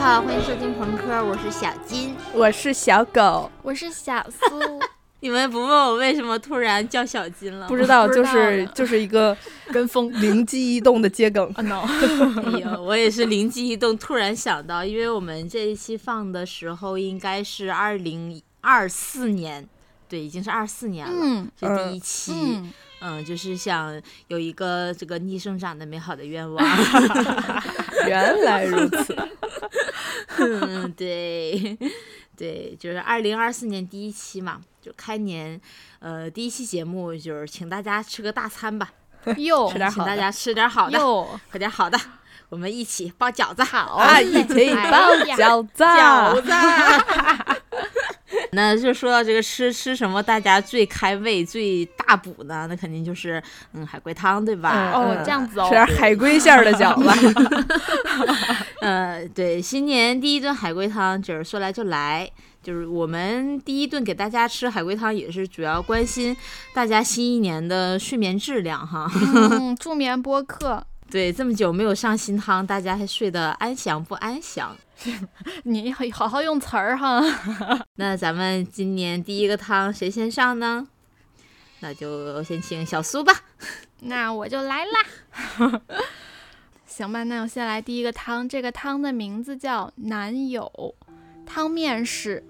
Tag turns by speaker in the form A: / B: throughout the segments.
A: 好，欢迎收听朋克，我是小金，
B: 我是 小狗，
C: 我是小 苏。
A: 你们不问我为什么突然叫小金 了？
B: 不知道，
C: 不知
B: 就
C: 道
B: 是
C: 呢
B: 就是一个
C: 跟风
B: 灵机一动的接梗。
C: 啊 no，
A: 哎呦，我也是灵机一动，突然想到，因为我们这一期放的时候应该是二零二四年，对，已经是二四年了，
C: 嗯
A: 这是第一期。
C: 嗯，
A: 嗯，就是想有一个这个逆生长的美好的愿 望。
B: 原来如此，
A: 嗯，对，对，就是二零二四年第一期嘛，就开年，呃，第一期节目就是请大家吃个大餐吧，
C: 又
B: 吃点
A: 请
B: 好
A: 大
B: 的
A: 家吃点好的，
C: 又
A: 喝点好的，我们一起包饺子。哎好
B: 啊，一起包饺 子。
A: 子。 那就说到这个吃吃什么，大家最开胃、最大补呢？那肯定就是嗯海龟汤，对吧？
C: 哦
B: 嗯
C: 这样子哦
B: 吃点海龟馅儿的饺子。
A: 呃，对，新年第一顿海龟汤就是说来就来，就是我们第一顿给大家吃海龟汤，也是主要关心大家新一年的睡眠质量哈。
C: 嗯，助眠播客，
A: 对，这么久没有上新汤，大家还睡得安详不安详？
C: 你好好好用词儿哈。
A: 那咱们今年第一个汤谁先上呢？那就先请小苏吧。
C: 那我就来啦。 行吧，那我先来第一个汤，这个汤的名字叫男友。汤面是：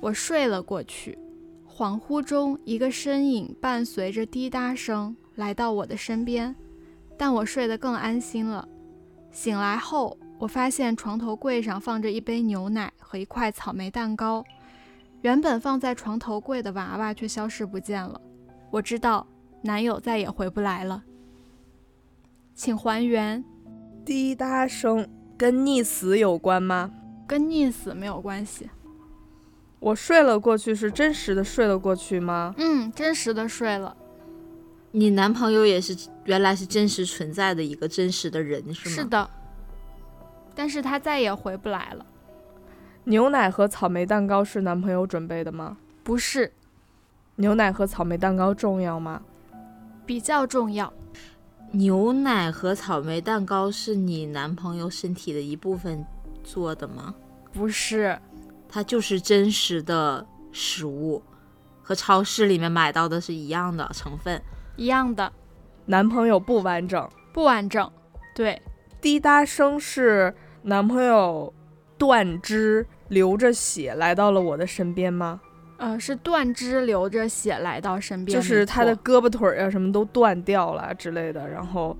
C: 我睡了过去，恍惚中一个身影伴随着滴答声来到我的身边，但我睡得更安心了。醒来后，我发现床头柜上放着一杯牛奶和一块草莓蛋糕，原本放在床头柜的娃娃却消失不见了。我知道男友再也回不来了。请还原，
B: 滴答声跟溺死有关吗？
C: 跟溺死没有关系。
B: 我睡了过去，是真实的睡了过去吗？
C: 嗯，真实的睡了，
A: 你男朋友也是原来是真实存在的一个真实的人是吗？
C: 是的，但是他再也回不来了。
B: 牛奶和草莓蛋糕是男朋友准备的吗？
C: 不是，
B: 牛奶和草莓蛋糕重要吗？
C: 比较重要。
A: 牛奶和草莓蛋糕是你男朋友身体的一部分做的吗？
C: 不是，
A: 它就是真实的食物，和超市里面买到的是一样的成分。
C: 一样的，
B: 男朋友不完整。
C: 不完整。对，
B: 滴答声是男朋友断肢流着血来到了我的身边吗？
C: 呃，是断肢流着血来到身边，
B: 就是
C: 没
B: 他的
C: 错
B: 胳膊腿儿啊什么都断掉了之类的，然后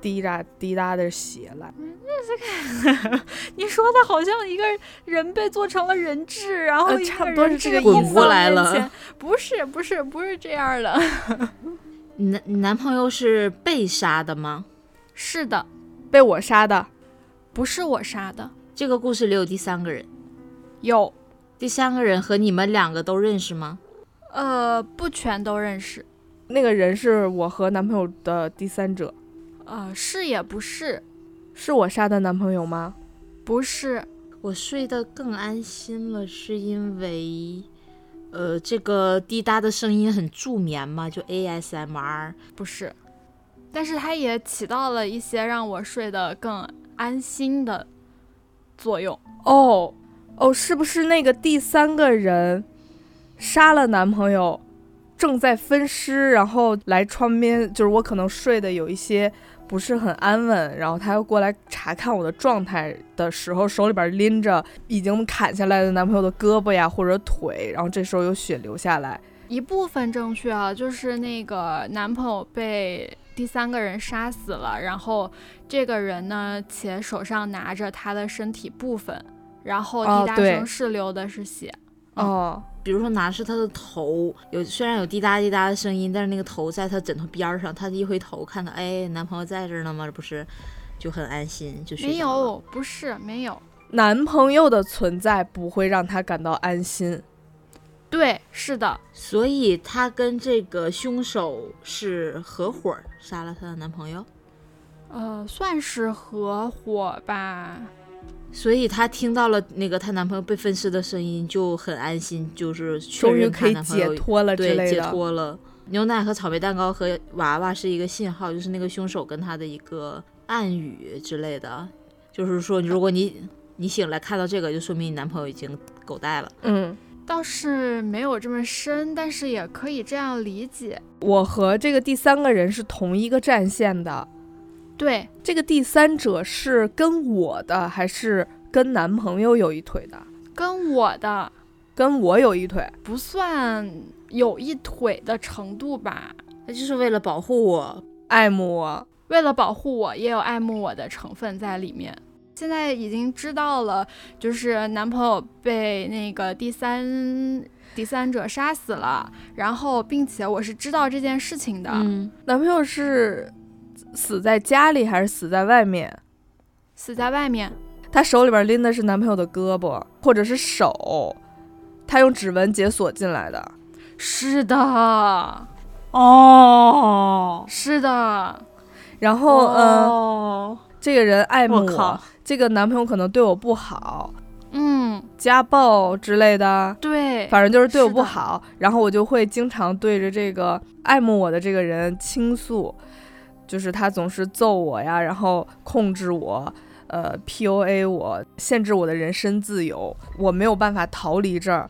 B: 滴答滴答的血来。
C: 你说的好像一个人被做成了人质，然后
B: 呃
C: 一
B: 差
C: 个
B: 不多
C: 人
B: 是这
C: 质
B: 个
C: 一
B: 意思
C: 扫
A: 滚过来
C: 面
A: 了
C: 前。不是，不是，不是这样的。
A: 你男你男朋友是被杀的吗？
C: 是的，
B: 被我杀的，
C: 不是我杀的。
A: 这个故事里有第三个人，
C: 有，
A: 第三个人和你们两个都认识吗？
C: 呃，不全都认识，
B: 那个人是我和男朋友的第三者，
C: 呃，是也不是，
B: 是我杀的男朋友吗？
C: 不是，
A: 我睡得更安心了，是因为，呃，这个滴答的声音很助眠嘛，就 ASMR。
C: 不是，但是它也起到了一些让我睡得更安心的作用。
B: 哦哦，是不是那个第三个人杀了男朋友，正在分尸，然后来窗边，就是我可能睡得有一些不是很安稳，然后他又过来查看我的状态的时候，手里边拎着已经砍下来的男朋友的胳膊呀或者腿，然后这时候有血流下来。
C: 一部分正确啊，就是那个男朋友被第三个人杀死了，然后这个人呢，且手上拿着他的身体部分，然后
B: 哦
C: 滴答
B: 对
C: 声是流的是血，嗯
B: 哦
A: 比如说拿是他的头，有虽然有滴答滴答的声音，但是那个头在他枕头边儿上，他一回头看到，哎，男朋友在这儿呢吗？这不是就很安心，就睡
C: 没
A: 着了
C: 有，不是没有，
B: 男朋友的存在不会让他感到安心。
C: 对，是的，
A: 所以她跟这个凶手是合伙儿杀了她的男朋友，
C: 呃，算是合伙吧。
A: 所以她听到了那个她男朋友被分尸的声音，就很安心，就是确
B: 终于
A: 认
B: 可
A: 她
B: 以
A: 男朋
B: 解
A: 友
B: 脱了啊之
A: 对
B: 类
A: 解
B: 的，
A: 脱了。牛奶和草莓蛋糕和娃娃是一个信号，就是那个凶手跟他的一个暗语之类的，就是说，如果你你醒来看到这个，就说明你男朋友已经狗带了。
B: 嗯，
C: 倒是没有这么深，但是也可以这样理解。
B: 我和这个第三个人是同一个战线的，
C: 对，
B: 这个第三者是跟我的还是跟男朋友有一腿的？
C: 跟我的
B: 跟我有一腿。
C: 不算有一腿的程度吧。
A: 他就是为了保护我，
B: 爱慕我，
C: 为了保护我，也有爱慕我的成分在里面。现在已经知道了，就是男朋友被那个第三第三者杀死了，然后并且我是知道这件事情的，
A: 嗯，
B: 男朋友是死在家里还是死在外面？
C: 死在外面。
B: 她手里边拎的是男朋友的胳膊或者是手，她用指纹解锁进 来的。
C: 是的，
A: 哦，
C: 是的。
B: 然后，嗯、
A: 哦，
B: 这个人爱慕
A: 我
B: 我，
A: 靠，
B: 这个男朋友可能对我不好，
C: 嗯，
B: 家暴之类的，啊
C: 对，
B: 反正就是对我
C: 是
B: 不
C: 的
B: 好。然后我就会经常对着这个爱慕我的这个人倾诉，就是他总是揍我呀，然后控制我。呃，PUA 我，限制我的人身自由，我没有办法逃离这儿，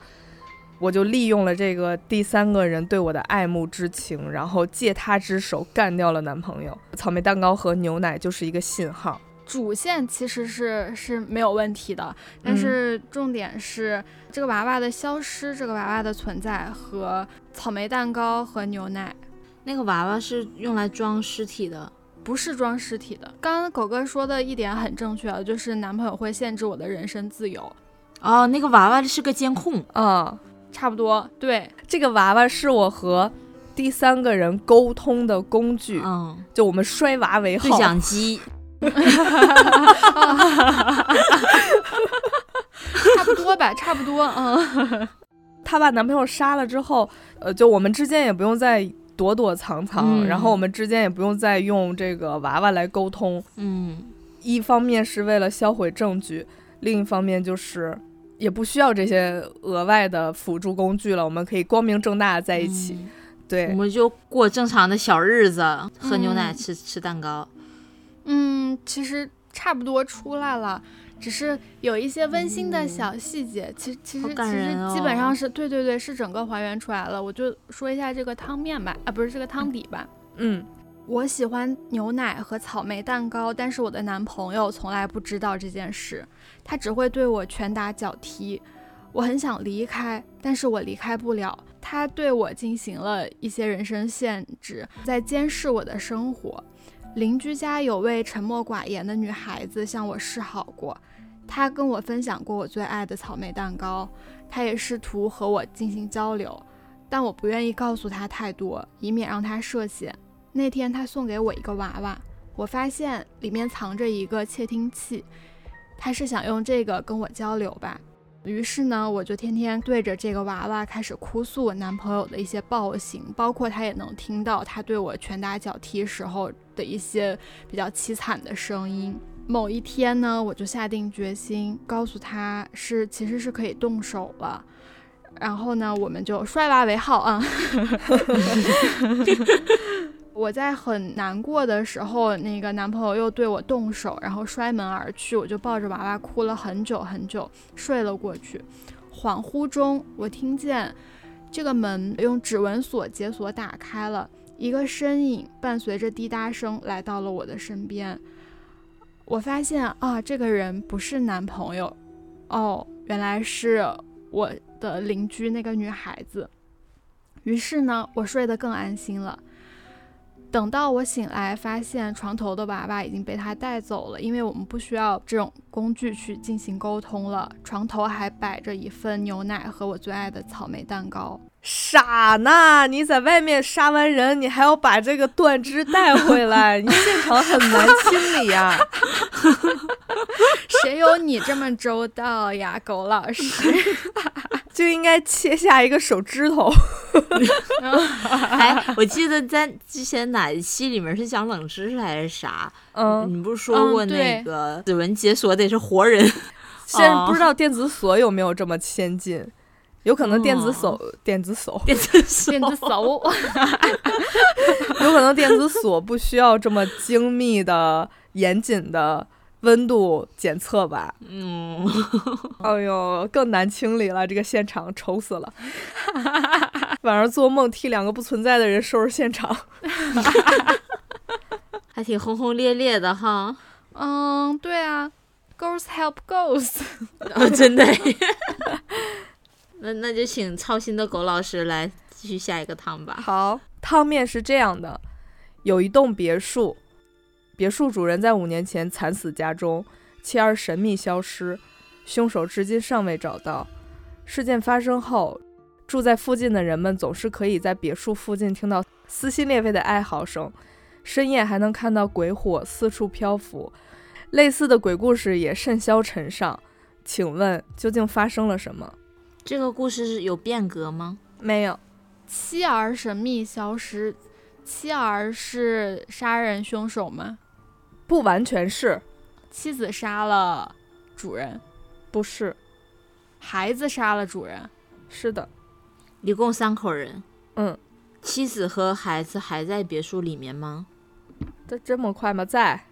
B: 我就利用了这个第三个人对我的爱慕之情，然后借他之手干掉了男朋友。草莓蛋糕和牛奶就是一个信号。
C: 主线其实是是没有问题的，但
B: 嗯
C: 是重点是、这个娃娃的消失，这个娃娃的存在和草莓蛋糕和牛奶
A: 那个娃娃是用来装尸体的，
C: 不是装尸体的。刚刚狗哥说的一点很正确啊，就是男朋友会限制我的人身自由，
A: 哦，那个娃娃是个监控，
B: 啊、
C: 差不多对。
B: 这个娃娃是我和第三个人沟通的工具，
A: 嗯，
B: 就我们摔娃为
A: 对
B: 号。
A: 讲机，
C: 差不多吧，差不多，嗯，
B: 她把男朋友杀了之后，呃，就我们之间也不用再躲躲藏藏，
A: 嗯
B: 然后我们之间也不用再用这个娃娃来沟通。
A: 嗯，
B: 一方面是为了销毁证据，另一方面就是。也不需要这些额外的辅助工具了，我们可以光明正大的在一起。
A: 嗯我
B: 对，
A: 们就过正常的小日子，喝牛奶，
C: 嗯
A: 吃吃蛋糕，
C: 嗯，其实差不多出来了，只是有一些温馨的小细节。其实其实
A: 嗯好
C: 其
A: 感
C: 实
A: 人哦
C: 基本上是对对对，是整个还原出来了。我就说一下这个汤面吧，啊，不是这个汤底吧。
B: 嗯，
C: 我喜欢牛奶和草莓蛋糕，但是我的男朋友从来不知道这件事，他只会对我拳打脚踢。我很想离开，但是我离开不了。他对我进行了一些人身限制，在监视我的生活。邻居家有位沉默寡言的女孩子向我示好过，她跟我分享过我最爱的草莓蛋糕，她也试图和我进行交流，但我不愿意告诉她太多，以免让她涉险。那天他送给我一个娃娃，我发现里面藏着一个窃听器，他是想用这个跟我交流吧。于是呢，我就天天对着这个娃娃开始哭诉我男朋友的一些暴行，包括他也能听到他对我拳打脚踢时候的一些比较凄惨的声音。某一天呢，我就下定决心，告诉他是其实是可以动手了。然后呢，我们就摔娃为号啊。我在很难过的时候，那个男朋友又对我动手，然后摔门而去，我就抱着娃娃哭了很久很久，睡了过去。恍惚中，我听见这个门用指纹锁解锁打开了，一个身影伴随着滴答声来到了我的身边。我发现啊，这个人不是男朋友，哦，原来是我的邻居那个女孩子。于是呢，我睡得更安心了。等到我醒来，发现床头的娃娃已经被他带走了，因为我们不需要这种工具去进行沟通了。床头还摆着一份牛奶和我最爱的草莓蛋糕。
B: 傻呢！你在外面杀完人，你还要把这个断肢带回来，你现场很难清理啊 呀、
C: 谁有你这么周到呀，狗老师？
B: 就应该切下一个手指头。
A: 哎，我记得在之前哪一期里面是讲冷知识还是啥？
B: 嗯，
A: 你不是说过
C: 嗯
A: 那
C: 对
A: 个指纹解锁得是活人？
B: 现在不知道电子锁有没有这么先进，有可能电子锁、电子锁，
A: 电子锁
C: 电子手，
B: 有可能电子锁不需要这么精密的、严谨的温度检测吧。
A: 嗯，
B: 哎呦，更难清理了，这个现场愁死了。 晚上做梦替两个不存在的人收拾现场，
A: 还挺轰轰烈烈的哈。
C: 嗯，对啊，Girls Help Girls，
A: 啊，真的。 那那就请操心的狗老师来继续下一个汤吧。
B: 好，汤面是这样的：有一栋别墅，别墅主人在五年前惨死家中，妻儿神秘消失，凶手至今尚未找到。事件发生后，住在附近的人们总是可以在别墅附近听到撕心裂肺的哀嚎声，深夜还能看到鬼火四处漂浮。类似的鬼故事也甚嚣尘上，请问究竟发生了什么？
A: 这个故事是有变革吗？
B: 没有，
C: 妻儿神秘消失，妻儿是杀人凶手吗？
B: 不完全是，
C: 妻子杀了主人，
B: 不是，
C: 孩子杀了主人，
B: 是的。
A: 一共三口人，
B: 嗯，
A: 妻子和孩子还在别墅里面吗？
B: 这这么快吗？在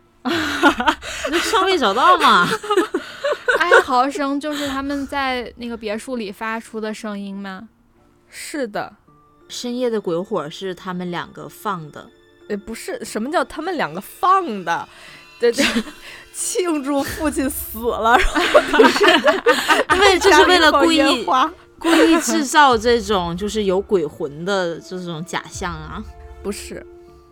A: 那尚未找到嘛？
C: 哀嚎声就是他们在那个别墅里发出的声音吗？
B: 是的，
A: 深夜的鬼火是他们两个放的，
B: 呃，不是，什么叫他们两个放的？ 这这庆祝父亲死了，然后
A: 为就是为了故意
B: 家里放烟花
A: 故意制造这种就是有鬼魂的这种假象啊。
B: 不是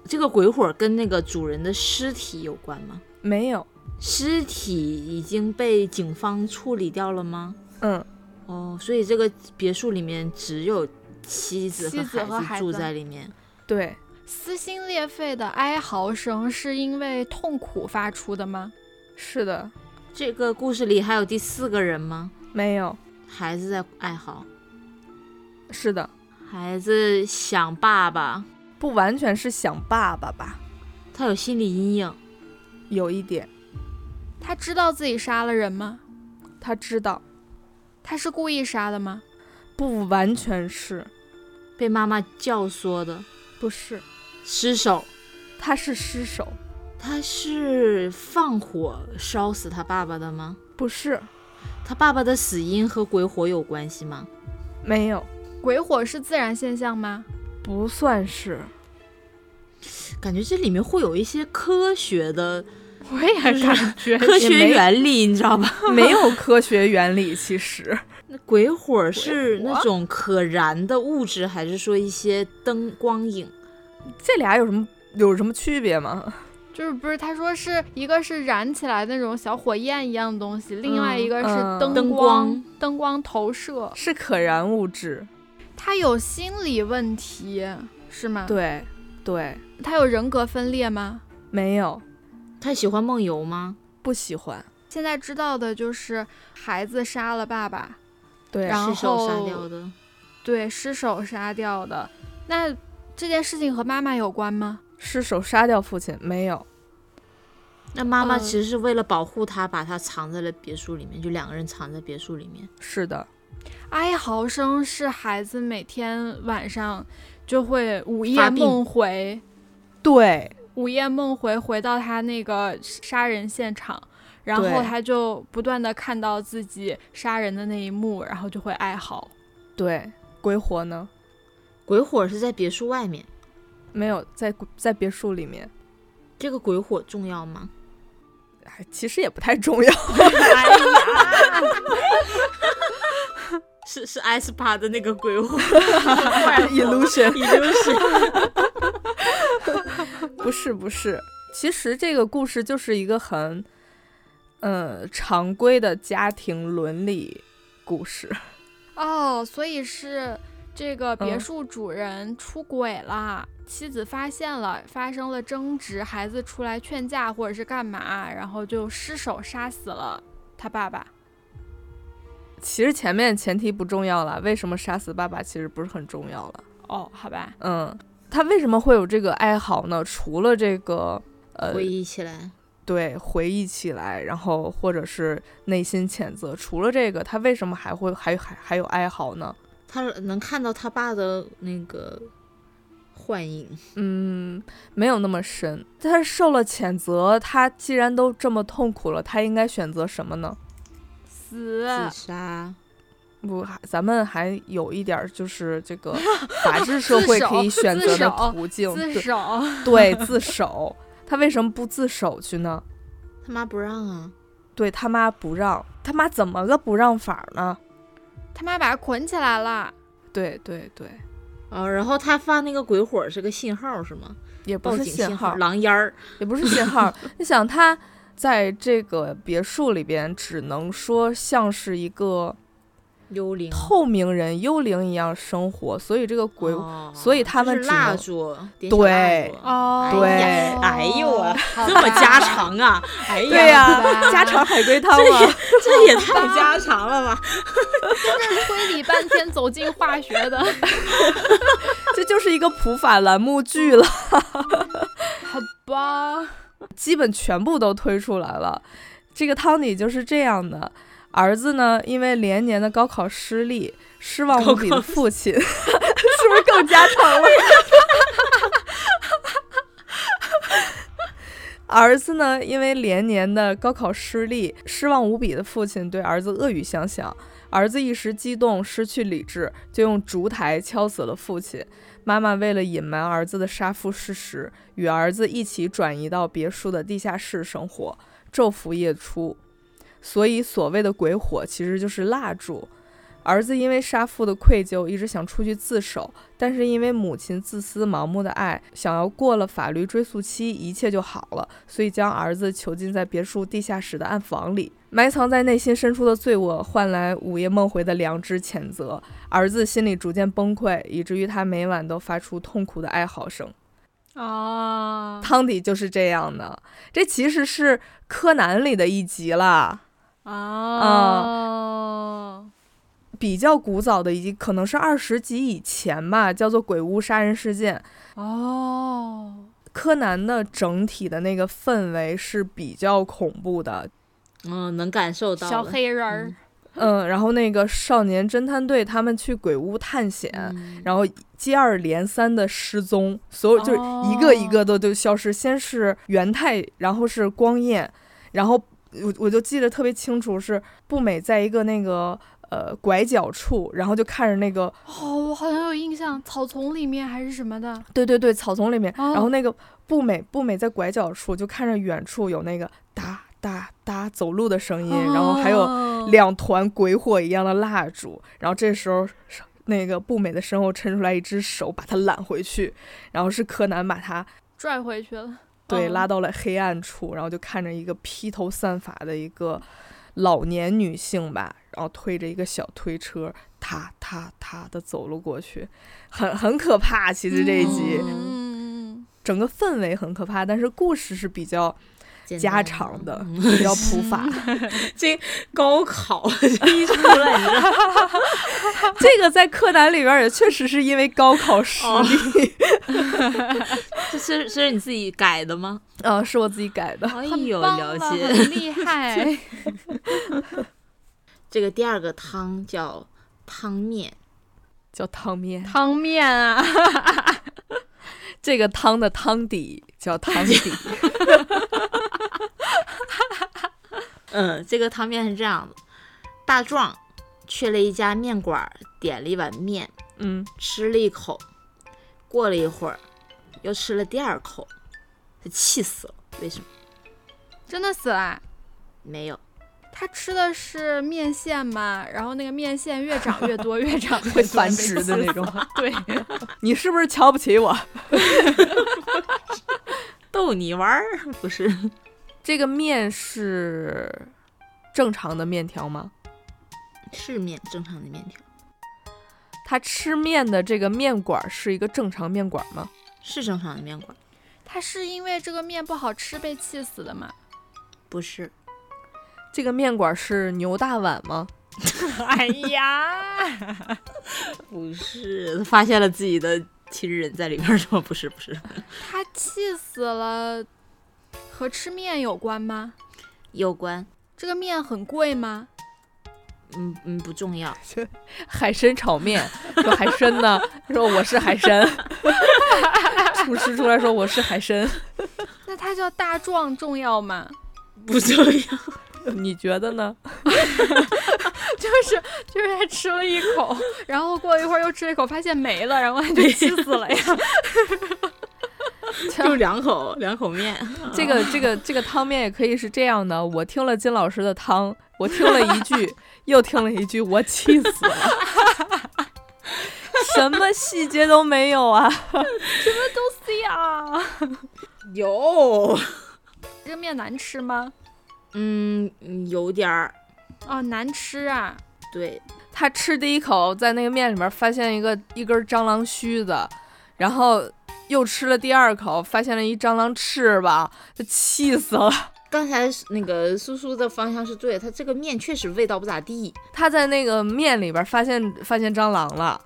A: 这个鬼火跟那个主人的尸体有关吗？
B: 没有，
A: 尸体已经被警方处理掉了吗？
B: 嗯，
A: 哦，所以这个别墅里面只有妻子
C: 妻子和
A: 和
C: 孩
A: 孩子住
C: 子
A: 在里面。
B: 对，
C: 撕心裂肺的哀嚎声是因为痛苦发出的吗？
B: 是的，
A: 这个故事里还有第四个人吗？
B: 没有，
A: 孩子在哀嚎，
B: 是的，
A: 孩子想爸爸，
B: 不完全是想爸爸吧，
A: 他有心理阴影。
B: 有一点
C: 他知道自己杀了人吗？
B: 他知道，
C: 他是故意杀的吗？
B: 不完全是，
A: 被妈妈教唆的
B: 不是，
A: 失手，
B: 他是失手，
A: 他是放火烧死他爸爸的吗？
B: 不是，
A: 他爸爸的死因和鬼火有关系吗？
B: 没有，
C: 鬼火是自然现象吗？
B: 不算是，
A: 感觉这里面会有一些科学的
C: 我也感觉
A: 科学
B: 也没
A: 原理，你知道吧？
B: 没有科学原理，其实。
A: 那 鬼火是
B: 火
A: 那种可燃的物质，还是说一些灯光影？
B: 这俩有什么有什么区别吗？
C: 就是不是他说是一个是燃起来那种小火焰一样的东西，另外一个是
B: 嗯
C: 灯
A: 灯
C: 光
A: 光
C: 灯光投射，
B: 是可燃物质。
C: 他有心理问题是吗？，
B: 对，对，
C: 他有人格分裂吗？
B: 没有，
A: 他喜欢梦游吗？
B: 不喜欢。
C: 现在知道的就是孩子杀了爸爸，
B: 对
C: 然，后
A: 失手杀掉的，
C: 对，失手杀掉的。那这件事情和妈妈有关吗？
B: 失手杀掉父亲，没有。
A: 那妈妈
C: 嗯
A: 其实是为了保护他，把他藏在了别墅里面，就两个人藏在别墅里面。
B: 是的，
C: 哀嚎声是孩子每天晚上就会午夜
A: 发病
C: 梦回，
B: 对，
C: 午夜梦回回到他那个杀人现场，然后
B: 对
C: 他就不断的看到自己杀人的那一幕，然后就会哀嚎。
B: 对。鬼火呢？
A: 鬼火是在别墅外面，
B: 没有，在在别墅里面，
A: 这个鬼火重要吗？
B: 哎，其实也不太 重要。
A: 是是艾斯帕的那个鬼火，
B: Illusion
A: 也就是
B: 不是不是，其实这个故事就是一个很，呃，常规的家庭伦理故事。
C: 哦，所以是这个别
B: 嗯
C: 墅主人出轨了，妻子发现了，发生了争执，孩子出来劝架或者是干嘛，然后就失手杀死了他爸爸。
B: 其实前面前提不重要了，为什么杀死爸爸其实不是很重要了。
C: 哦，好吧，
B: 嗯，他为什么会有这个哀嚎呢？除了这个呃，
A: 回忆起来，
B: 对，回忆起来，然后或者是内心谴责，除了这个，他为什么还会还还还有哀嚎呢？
A: 他能看到他爸的那个幻影，
B: 嗯，没有那么深。他受了谴责，他既然都这么痛苦了，他应该选择什么呢？
C: 死
A: 自杀，
B: 不，还咱们还有一点儿就是 这个法治社
C: 自
B: 会
C: 首
B: 可以选择
C: 自
B: 的
C: 首
B: 途径，
C: 自
B: 对
C: 首。
B: 对，自首。他为什么不自首去呢？
A: 他妈不让啊，
B: 对他妈不让，他妈怎么个不让法儿呢？
C: 他妈把他捆起来了，
B: 对对对，
A: 哦，然后他发那个鬼火是个信号是吗？
B: 也
A: 报
B: 不是
A: 警信
B: 号，
A: 狼烟儿，
B: 也不是信号。你想，他在这个别墅里边，只能说像是一个
A: 幽灵，
B: 透明人、幽灵一样生活，所以这个鬼，
A: 哦
B: 所以他们
A: 就是
B: 只能
A: 蜡烛，点小
B: 对
A: 蜡烛
C: 哦
A: 哎呀
C: 对
A: 哎呦 啊，
C: 好
A: 这么
C: 吧
A: 家常啊，哎呀，
B: 对呀、
C: 吧
B: 家常海龟汤啊，
A: 这也太家常了吧？
C: 推理半天走进化学的，
B: 这就是一个普法栏目剧了，
C: 好吧？
B: 基本全部都推出来了。这个汤底就是这样的。儿子呢，因为连年的高考失利，失望无比的父亲，是不是更家常了？儿子呢，因为连年的高考失利，失望无比的父亲对儿子恶语相向。儿子一时激动，失去理智，就用烛台敲死了父亲。妈妈为了隐瞒儿子的杀父事实，与儿子一起转移到别墅的地下室生活，昼伏夜出。所以，所谓的鬼火其实就是蜡烛。儿子因为杀父的愧疚，一直想出去自首，但是因为母亲自私盲目的爱，想要过了法律追诉期，一切就好了，所以将儿子囚禁在别墅地下室的暗房里，埋藏在内心深处的罪恶，换来午夜梦回的良知谴责。儿子心里逐渐崩溃，以至于他每晚都发出痛苦的哀嚎声。
C: 哦
B: 汤底就是这样的，这其实是柯南里的一集啦。
C: 哦，
B: 比较古早的一集，可能是二十集以前吧，叫做《鬼屋杀人事件》。
A: 嗯
C: 哦，
B: 柯南的整体的那个氛围是比较恐怖的，
A: 嗯，能感受到
C: 小
A: 的
C: 黑人儿，
B: 嗯，然后那个少年侦探队他们去鬼屋探险，
A: 嗯
B: 然后接二连三的失踪，所有就是一个一个的都消失，先是元太，然后是光彦，然后我我就记得特别清楚，是步美在一个那个呃拐角处，然后就看着那个
C: 哦，我好像有印象，草丛里面还是什么的，
B: 对对对草丛里面，
C: 哦
B: 然后那个步美步美在拐角处就看着远处有那个哒哒哒走路的声音，然后还有
C: 有
B: 两团鬼火一样的蜡烛，然后这时候那个步美的身后伸出来一只手，把他揽回去，然后是柯南把他
C: 拽回去了，
B: 对
C: 哦
B: 拉到了黑暗处，然后就看着一个披头散发的一个老年女性吧，然后推着一个小推车，踏踏踏的走了过去，很很可怕。其实这一集、
A: 嗯
C: 嗯
B: 整个氛围很可怕，但是故事是比较
A: 简单
B: 家
A: 啊
B: 常的，
A: 嗯
B: 比较普法。
A: 这 高考一出来，你知道
B: 这个在柯南里边儿也确实是因为高考失
A: 哦
B: 利。
A: 这是这是你自己改的吗？
B: 呃，是我自己改的。
A: 哎
C: 很
A: 呦，
C: 棒
A: 了
C: 了
A: 解。
C: 很厉害，
A: 这个第二个汤叫汤面，
B: 叫汤面，
C: 汤面啊，
B: 这个汤的汤底叫汤底。
A: 嗯，这个汤面是这样的：大壮去了一家面馆儿，点了一碗面，
B: 嗯，
A: 吃了一口，过了一会儿，又吃了第二口，他气死了。为什么？
C: 真的死了。
A: 没有，
C: 他吃的是面线嘛，然后那个面线越长越多，越长越多
B: 会繁殖的那 种。
C: 对，
B: 你是不是瞧不起我？
A: 逗你玩儿不是？
B: 这个面是正常的面条吗？
A: 是面正常的面条，
B: 他吃面的这个面馆儿是一个正常面馆儿吗？
A: 是正常的面馆儿，
C: 他是因为这个面不好吃被气死的嘛？
A: 不是？
B: 这个面馆儿是牛大碗吗？
C: 哎呀，
A: 不是，发现了自己的亲人在里边儿说不是不是，
C: 他气死了，和吃面有关吗？
A: 有关
C: 这个面很贵吗？
A: 嗯嗯不重要，
B: 海参炒面， 说海参呢，说我是海参， 厨师出来说我是海参，
C: 那它叫大壮重要吗？
A: 不重 要。
B: 你觉得呢？
C: 就是就是他吃了一 口，然后过一会儿又吃了一口，发现没 了，然后他就气死了呀。
A: 就两口两口面，
B: 这个这个这个汤面也可以是这样的，我听了金老师的汤，我听了一句， 又听了一句，我气死了， 什么细节都没有啊！
C: 都 C 啊，
A: 有，
C: 这个面难吃吗？
A: 嗯，嗯有点儿，
C: 哦，难吃啊。
A: 对，
B: 他吃第一口，在那个面里面发现一个一根蟑螂须子，然后又吃了第二口，发现了一蟑螂翅膀，就气死了。
A: 刚才那个苏苏的方向是对的，它这个面确实味道不咋地，
B: 他在那个面里边发现发现蟑螂了，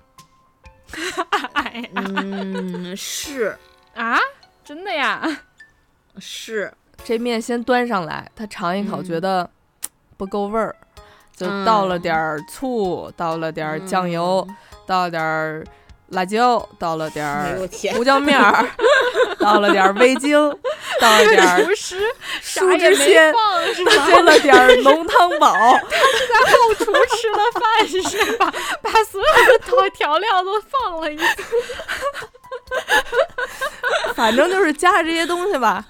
C: 哎
A: 嗯，是
C: 啊，真的呀？
A: 是，
B: 这面先端上来，他尝一口
A: 嗯
B: 觉得嘖不够味儿，就
A: 嗯
B: 倒了点儿醋，倒了点儿酱油，
C: 嗯
B: 倒了点儿辣椒，倒了点
A: 嗯，哎呦
B: 儿
A: 我天，
B: 胡椒 面儿，倒了点儿味精，倒了点儿
C: 厨师啥
B: 树
C: 也
B: 枝
C: 没
B: 鲜，
C: 放是吧？
B: 添了点儿浓汤宝。
C: 后厨吃的饭是 吧？把所有的调调料都放了一起。
B: 反正就是加上这些东西吧，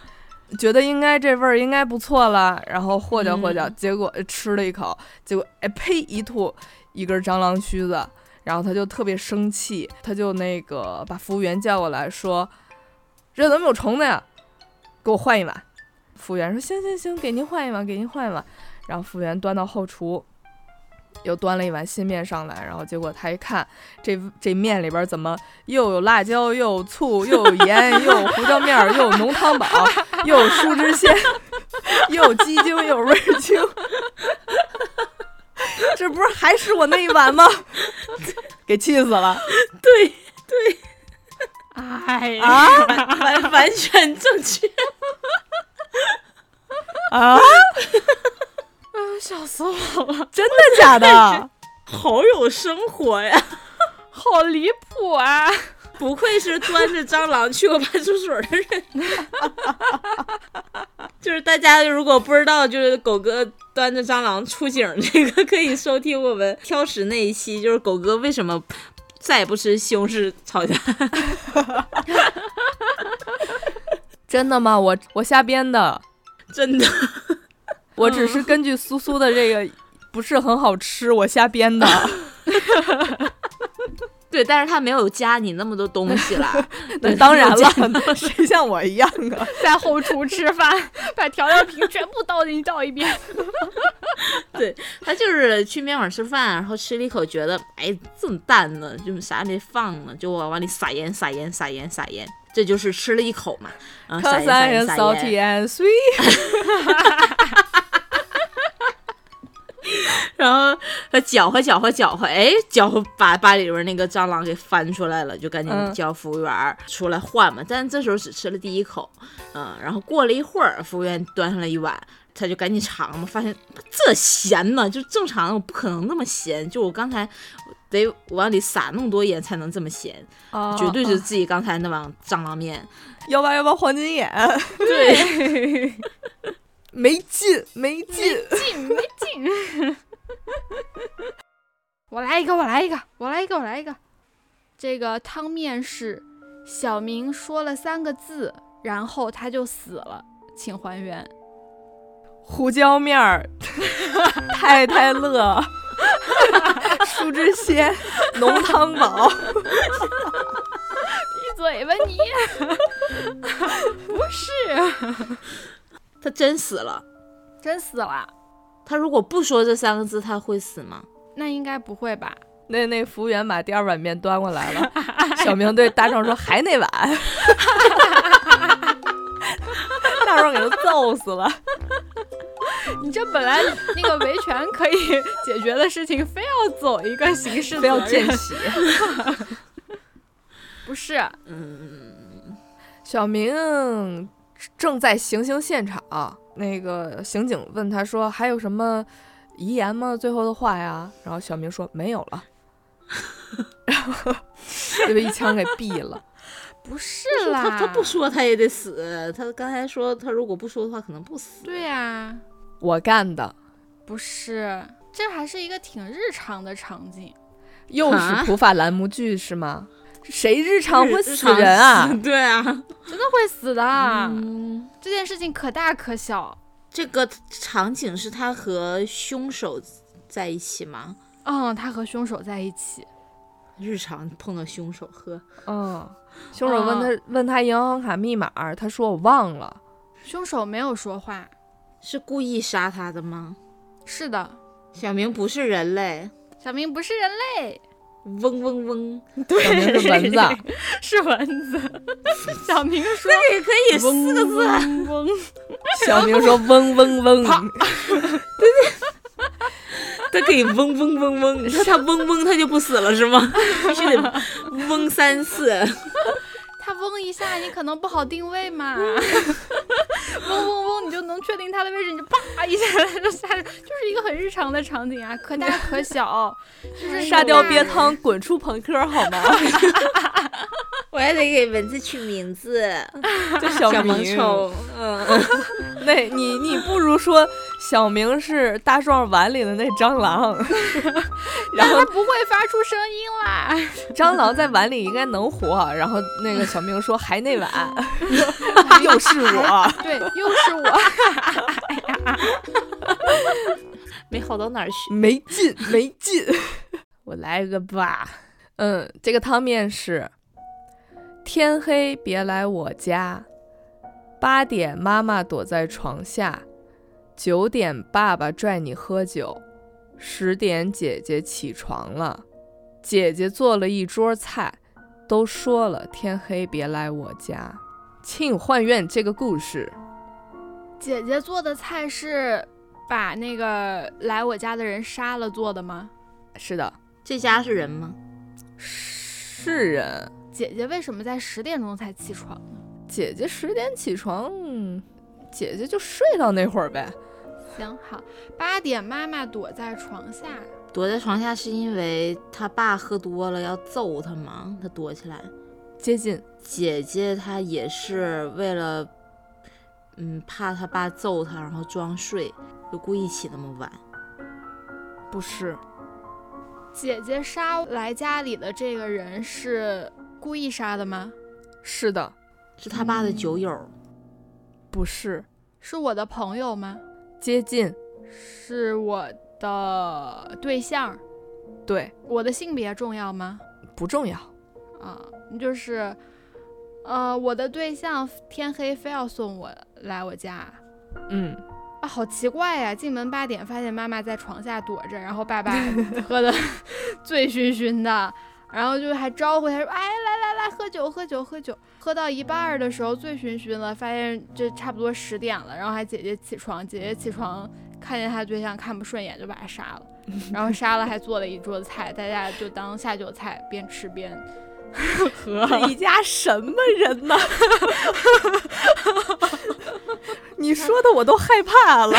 B: 觉得应该这味儿应该不错了，然后和搅和搅，结果呃吃了一口，结果哎呸一吐一根蟑螂须子，然后他就特别生气，他就那个把服务员叫过来说，这怎么有虫子呀？给我换一碗。服务员说行行行，给您换一碗，给您换一碗。然后服务员端到后厨。又端了一碗新面上来，然后结果他一看，这这面里边怎么又有辣椒，又有醋，又有盐，又有胡椒面儿，又有浓汤宝，又有树枝鲜，又有鸡精，又有味儿精。这不是还是我那一碗吗？给气死了
A: 对
C: 哎呀，
B: 啊
A: 完完全正确，
B: 啊！
C: 笑死我了，
B: 真的假的？
A: 好有生活呀，
C: 好离谱啊！
A: 不愧是端着蟑螂去过派出所的人，就是大家如果不知道，就是狗哥。端着蟑螂出警，这个可以收听我们挑食那一期，就是狗哥为什么再也不吃西红柿炒蛋。
B: 真的吗？我我瞎编的，
A: 真的，
B: 我
A: 嗯
B: 只是根据苏苏的这个不是很好吃，我瞎编 的。
A: 对，但是他没有加你那么多东西啦。
B: 那
A: 对
B: 当然
A: 没有加
B: 了， 谁像我一样啊？
C: 在后厨吃饭，把调料瓶全部倒进去倒一遍。
A: 他就是去面馆吃饭，然后吃了一口，觉得哎这么淡呢，就啥也没放呢，就往碗里撒盐，撒盐，撒盐，撒盐，这就是吃了一口嘛。然后撒
B: Cause
A: 盐，撒
B: I
A: 盐，
B: am
A: 撒
B: salty
A: 盐，
B: and sweet。
A: 然后他搅和搅和搅和，哎，搅和把把里边那个蟑螂给翻出来了，就赶
B: 嗯
A: 紧叫服务员出来换嘛。但这时候只吃了第一口，嗯，然后过了一会儿，服务员端上来一碗，他就赶紧尝嘛，发现这咸呢，就正常的我不可能那么咸，就我刚才得往里撒那么多盐才能这么咸，
B: 啊
A: 绝对是自己刚才那碗蟑螂面。
B: 幺八幺八黄金眼，
A: 对，
B: 没劲，没劲。
C: 进没进？我来一个，我来一个，我来一个，我来一个。这个汤面是小明说了三个字，然后他就死了，请还原。
B: 胡椒面儿， 太太乐， 树枝鲜，浓汤宝，
C: 闭嘴吧你！不是，
A: 他真死了。
C: 真死了？
A: 他如果不说这三个字，他会死吗？
C: 那应该不会吧？
B: 那那服务员把第二碗面端过来了，小明对大壮说：“还那碗。” 大壮给他揍死了。
C: 你这本来那个维权可以解决的事情，非要走一个刑事
B: 非要
C: 责
B: 见
C: 任
B: 血。
C: 不是，
B: 小明正在行刑现场，那个刑警问他说：“还有什么遗言吗？最后的话呀。”然后小明说：“没有了。”然后就被一枪给毙了。
C: 不是
A: 但是
C: 啦，
A: 他他不说他也得死，他刚才说他如果不说的话可能不死。
C: 对啊，
B: 我干的，
C: 不是，这还是一个挺日常的场景。
B: 又
A: 啊
B: 是普法栏目剧是吗？谁日常会
A: 日
B: 死人啊？
A: 常死对 啊，
C: 真的会死的，
A: 嗯，
C: 这件事情可大可小。
A: 这个场景是他和凶手在一起吗？
C: 嗯，他和凶手在一起，
A: 日常碰到凶手呵，
B: 嗯，凶手问他、
A: 哦
B: 问他银行卡密码，他说我忘了。
C: 凶手没有说话。
A: 是故意杀他的吗？
C: 是的，
A: 小明不是人类，
C: 小明不是人类，
A: 嗡嗡嗡，
B: 小明 是蚊 子，
A: 啊
C: 是蚊子。小明说
A: 这也可以四个字。啊
C: 嗡嗡嗡，
B: 小明说嗡嗡嗡。
C: 啪
A: 他可以嗡嗡嗡嗡，你说他嗡嗡，他就不死了是吗？ 必须得嗡三次。
C: 他嗡一下，你可能不好定位嘛。 嗡嗡嗡，你就能确定它的位置，你就啪一下它就下去，就是一个很日常的场景啊，可大可小，就是
A: 哎
C: 有
B: 沙雕
C: 大
B: 鳖汤，滚出朋克好吗？
A: 我还得给蚊子取名字，
B: 就小
A: 小萌
B: 明，
A: 宠，嗯，
B: 那你你不如说小明是大壮碗里的那蟑螂， 然后
C: 它不会发出声音啦。
B: 蟑螂在碗里应该能活。然后那个小明说还那碗， 又是我。
C: 对，又是我，
A: 没好到哪儿去。
B: 没劲，没劲。 我来一个吧，嗯，这个汤面是：天黑别来我家，八点妈妈躲在床下，九点爸爸拽你喝酒，十点姐姐起床了，姐姐做了一桌菜，都说了天黑别来我家。庆幻愿这个故事，
C: 姐姐做的菜是把那个来我家的人杀了做的吗？
B: 是的，
A: 这家是人吗？
B: 是人。
C: 姐姐为什么在十点钟才起床呢？
B: 姐姐十点起床，嗯姐姐就睡到那会儿呗。
C: 行好，八点妈妈躲在床下，
A: 躲在床下是因为他爸喝多了要揍他吗？他躲起来。
B: 接近
A: 姐姐她也是为了，嗯，怕他爸揍她，然后装睡，就故意起那么晚。
B: 不是
C: 姐姐杀来家里的这个人是故意杀的吗？
B: 是的，
A: 是他爸的酒友，
B: 不是
C: 是我的朋友吗？
B: 接近，
C: 是我的对象？
B: 对，
C: 我的性别重要吗？
B: 不重要，
C: 啊，就是，呃，我的对象天黑非要送我来我家
B: 嗯，
C: 啊，好奇怪呀、进门八点，发现妈妈在床下躲着，然后爸爸喝的醉醺醺的，然后就还招呼他说：“哎，来来来，喝酒喝酒喝酒。”喝到一半儿的时候醉醺醺了，发现这差不多十点了，然后还姐姐起床，姐姐起床看见他对象看不顺眼，就把他杀了，然后杀了还做了一桌子菜，大家就当下酒菜边吃边喝。
B: 你家什么人呢？ 你说的我都害怕了，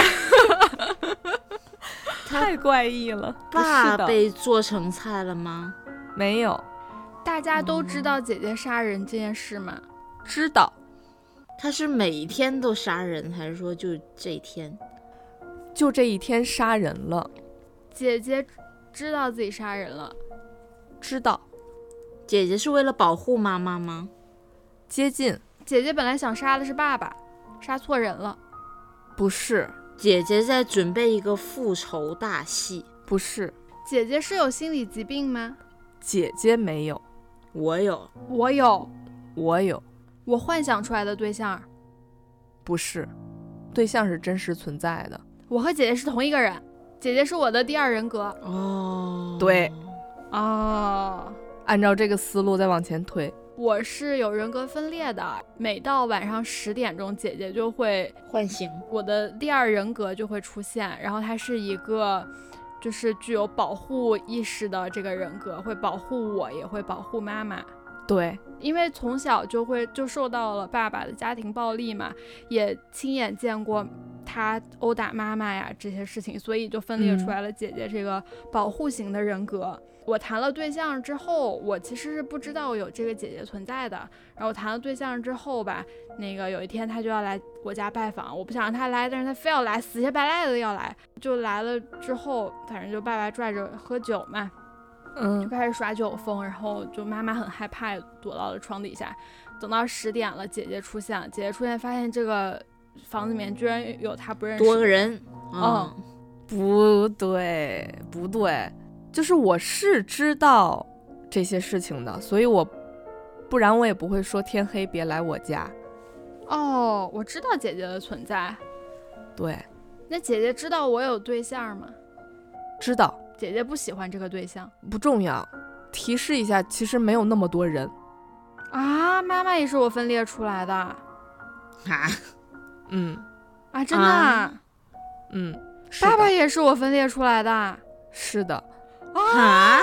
B: 太怪异了。不
A: 爸
B: 是的，
A: 被做成菜了吗？
B: 没有
C: 大家都知道姐姐杀人这件事吗？
B: 知道，
A: 他是每天都杀人，还是说就这一天？
B: 就这一天杀人了，
C: 姐姐知道自己杀人了，
B: 知道
A: 姐姐是为了保护妈妈吗？
B: 接近，
C: 姐姐本来想杀的是爸爸，杀错人了。
B: 不是
A: 姐姐在准备一个复仇大戏。
B: 不是，
C: 姐姐是有心理疾病吗？
B: 姐姐没有，
A: 我有，
C: 我有，
B: 我有。
C: 我幻想出来的对象，
B: 不是，对象是真实存在的。
C: 我和姐姐是同一个人，姐姐是我的第二人格。
A: 哦，
B: 对，
C: 哦，
B: 按照这个思路再往前推，
C: 我是有人格分裂的，每到晚上十点钟，姐姐就会
A: 唤醒。
C: 我的第二人格就会出现，然后他是一个就是具有保护意识的这个人格，会保护我，也会保护妈妈。
B: 对，
C: 因为从小就会就受到了爸爸的家庭暴力嘛，也亲眼见过他殴打妈妈呀这些事情，所以就分裂出来了姐姐这个保护型的人格。我谈了对象之后，我其实是不知道有这个姐姐存在的。然后我谈了对象之后吧，那个有一天他就要来我家拜访，我不想让他来，但是他非要来，死乞白赖的要来。就来了之后，反正就爸爸拽着喝酒嘛，就
B: 嗯，
C: 开始耍酒疯，然后就妈妈很害怕，躲到了床底下。等到十点了，姐姐出现了，姐姐出现发现这个房子里面居然有她不认识
A: 哦多个
C: 的
A: 人，
C: 哦
A: 嗯，
B: 不对，不对，就是我是知道这些事情的，所以我不然我也不会说天黑别来我家。
C: 哦，我知道姐姐的存在。
B: 对，
C: 那姐姐知道我有对象吗？
B: 知道
C: 姐姐不喜欢这个对象
B: 不重要，提示一下，其实没有那么多人。
C: 啊，妈妈也是我分裂出来的
A: 啊，
B: 嗯
C: 啊，真的，
A: 啊
B: 嗯，是
C: 爸
B: 的
C: 爸也是我分裂出来的啊，
B: 是的，
A: 啊，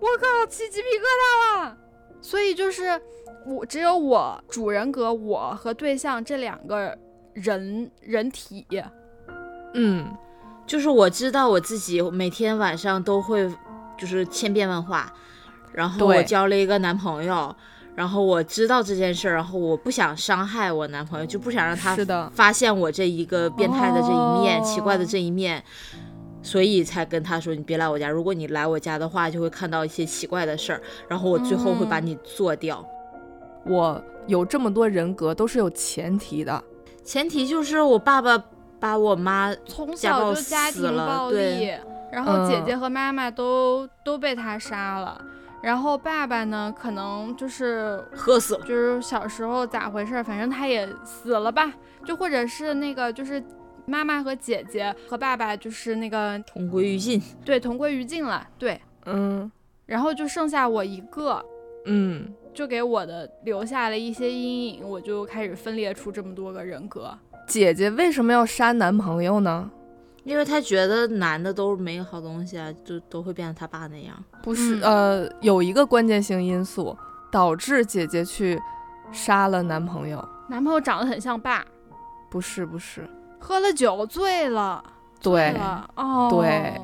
C: 我靠，起鸡皮疙瘩了。所以就是我只有我主人格，我和对象这两个人人体，
B: 嗯，
A: 就是我知道我自己每天晚上都会就是千变万化，然后
B: 对
A: 我交了一个男朋友，然后我知道这件事儿，然后我不想伤害我男朋友，就不想让他
B: 是的，
A: 发现我这一个变态的这一面、
C: 哦
A: 奇怪的这一面，所以才跟他说你别来我家。如果你来我家的话，就会看到一些奇怪的事儿，然后我最后会把
C: 嗯
A: 你做掉。
B: 我有这么多人格都是有前提的。
A: 前提就是我爸爸把我妈
C: 从
A: 家
C: 小
A: 暴
C: 就家
A: 死
C: 庭
A: 了
C: 暴
A: 对
C: 力，然后姐
B: 嗯
C: 姐和妈妈都、都被他杀了，然后爸爸呢，可能就是
A: 喝死了。
C: 就是小时候咋回事儿，反正他也死了吧，就或者是那个就是妈妈和姐姐和爸爸就是那个
A: 同归于尽，
C: 对同归于尽了，对，
B: 嗯
C: 然后就剩下我一个。
B: 嗯，
C: 就给我的留下了一些阴影，我就开始分裂出这么多个人格。
B: 姐姐为什么要杀男朋友呢？
A: 因为他觉得男的都没好东西啊，就都会变成他爸那样。
B: 不是，
C: 嗯
B: 呃，有一个关键性因素导致姐姐去杀了男朋友。
C: 男朋友长得很像爸，
B: 不是不是，
C: 喝了酒醉了，
B: 对
C: 对了哦，
B: 对，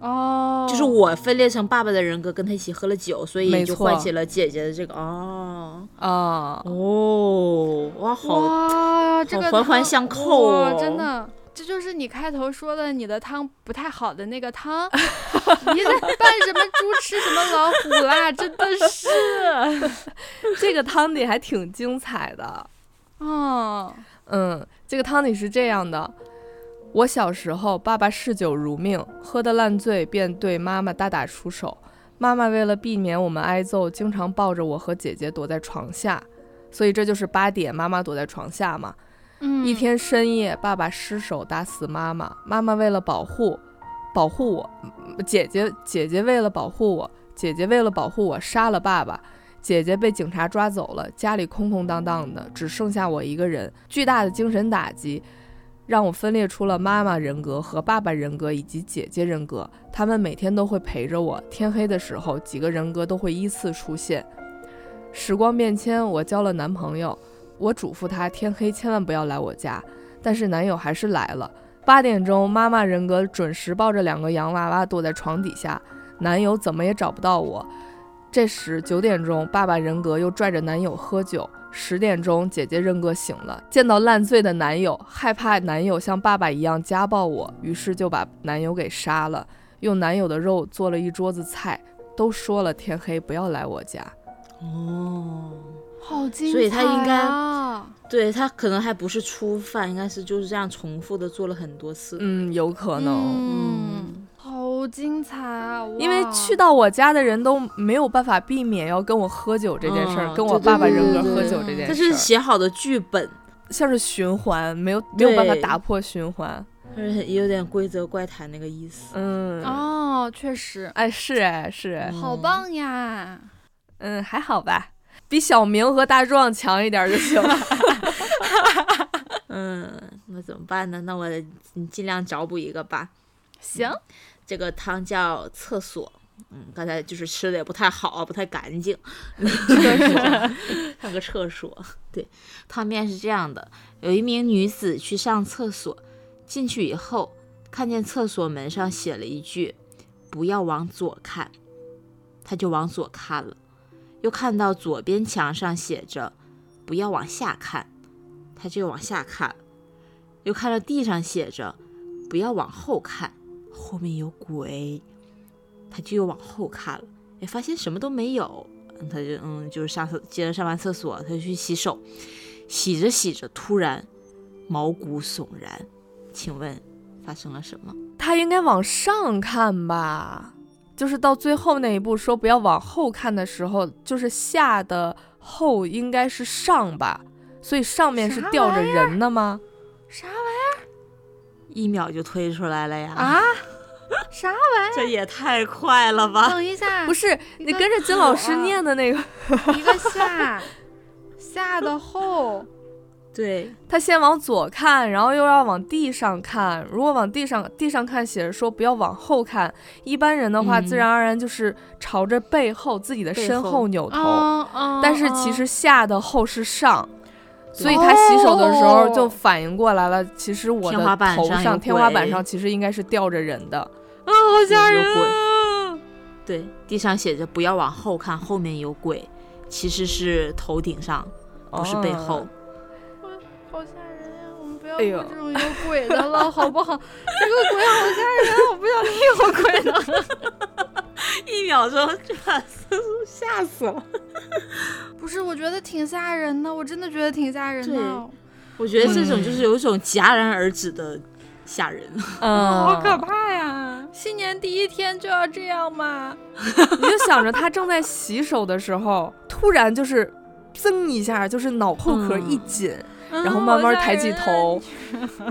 C: 哦，
A: 就是我分裂成爸爸的人格，跟他一起喝了酒，所以
B: 没
A: 就
B: 错
A: 唤起了姐姐的这个哦
B: 啊，
A: 哦，哇，好
C: 哇，这个
A: 环环
C: 汤
A: 相扣
C: 哇
A: 哦
C: 真的。这就是你开头说的，你的汤不太好的那个 汤，你在扮什么猪吃什么老虎啦？真的是，
B: 这个汤底还挺精彩的。
C: 哦，
B: 嗯，这个汤底是这样的：我小时候，爸爸嗜酒如命，喝得烂醉，便对妈妈大打出手。妈妈为了避免我们挨揍，经常抱着我和姐姐躲在床下，所以这就是八点，妈妈躲在床下嘛。
C: 嗯，
B: 一天深夜，爸爸失手打死妈妈，妈妈为了保护保护我，嗯姐姐姐姐为了保护我，姐姐为了保护我杀了爸爸。姐姐被警察抓走了，家里空空荡荡的，只剩下我一个人。巨大的精神打击，让我分裂出了妈妈人格和爸爸人格以及姐姐人格。他们每天都会陪着我，天黑的时候，几个人格都会依次出现。时光变迁，我交了男朋友，我嘱咐他天黑千万不要来我家，但是男友还是来了。八点钟，妈妈人格准时抱着两个洋娃娃躲在床底下，男友怎么也找不到我。这时九点钟，爸爸人格又拽着男友喝酒。十点钟，姐姐人格醒了，见到烂醉的男友，害怕男友像爸爸一样家暴我，于是就把男友给杀了，用男友的肉做了一桌子菜。都说了天黑不要来我家，
A: 哦，
C: 好精彩、啊，啊
A: 所以他应该对他可能还不是初犯，应该是就是这样重复的做了很多次。
B: 嗯，有可能。
C: 嗯，好精彩啊！
B: 因为
C: 哇
B: 去到我家的人都没有办法避免要跟我喝酒这件事儿，
A: 嗯
B: 跟我
A: 对
B: 爸爸
A: 对
B: 人格
A: 对
B: 喝
A: 对
B: 酒这
A: 他
B: 件事
A: 是
B: 儿，
A: 写好的剧本，
B: 像是循环，没有没有办法
A: 对
B: 打破循环。
A: 而且也有点规则怪谈那个意思。
B: 嗯，
C: 哦，确实，
B: 哎，是哎是哎，
C: 好棒呀！
B: 嗯，还好吧，比小明和大壮强一点儿就行了。
A: 嗯，那怎么办呢？那我你尽量找补一个吧。
C: 行，
A: 这个汤叫厕所。嗯，刚才就是吃的也不太好，不太干净。 上个厕所，对，汤面是这样的：有一名女子去上厕所，进去以后，看见厕所门上写了一句“不要往左看”，他就往左看了，又看到左边墙上写着“不要往下看”，他就往下看，又看到地上写着“不要往后看”，后面有鬼，他就又往后看了，哎，发现什么都没有，嗯他就嗯，就是上厕，接着上完厕所，他就去洗手，洗着洗着，突然毛骨悚然，请问发生了什么？
B: 他应该往上看吧？就是到最后那一步说不要往后看的时候，就是下的后应该是上吧？所以上面是
C: 啥
B: 吊着
C: 玩
B: 人的吗？
A: 啊
C: 啥玩
A: 一秒就推出来了呀！
B: 嗯
C: 意啊？啥玩
A: 这也太快了
C: 意？
A: 吧！
C: 等一下，
B: 不是，
C: 一
B: 你
C: 个
B: 跟着金老
C: 口
B: 师
C: 啊
B: 念的那个，
C: 一个下，下的后，
A: 对，
B: 他先往左看，然后又要往地上看。如果往地上地上看，写着说不要往后看。一般人的话，
A: 嗯
B: 自然而然就是朝着背后自己的
A: 背
B: 身
A: 后
B: 后扭头。
A: 哦
C: 嗯嗯，
B: 但是其
C: 嗯
B: 实下的后是上，所以
A: 对
B: 他洗手的时候
C: 哦
B: 就反应过来了。其实我
A: 天花
B: 的
A: 板
B: 头
A: 上有
B: 上天花板
A: 鬼
B: 上其实应该是吊着人的。
C: 啊，好吓
A: 有
C: 人
A: 鬼
C: 啊！
A: 对，地上写着“不要往后看，后面有鬼”，其实是头顶上，不是背后。
B: 哦
C: 好吓人呀！我们不要
B: 哎呦
C: 录这种有鬼的了，好不好？这个鬼好吓人，啊我不想听有鬼的。
A: 一秒钟就把思苏吓死了。
C: 不是，我觉得挺吓人的，我真的觉得挺吓人的，
A: 我觉得这种就是有一种戛然而止的吓人。
B: 嗯，
C: 好可怕呀！新年第一天就要这样吗？
B: 你就想着他正在洗手的时候，突然就是噌一下，就是脑后壳
A: 嗯
B: 一紧，然
C: 嗯
B: 后慢慢抬起头，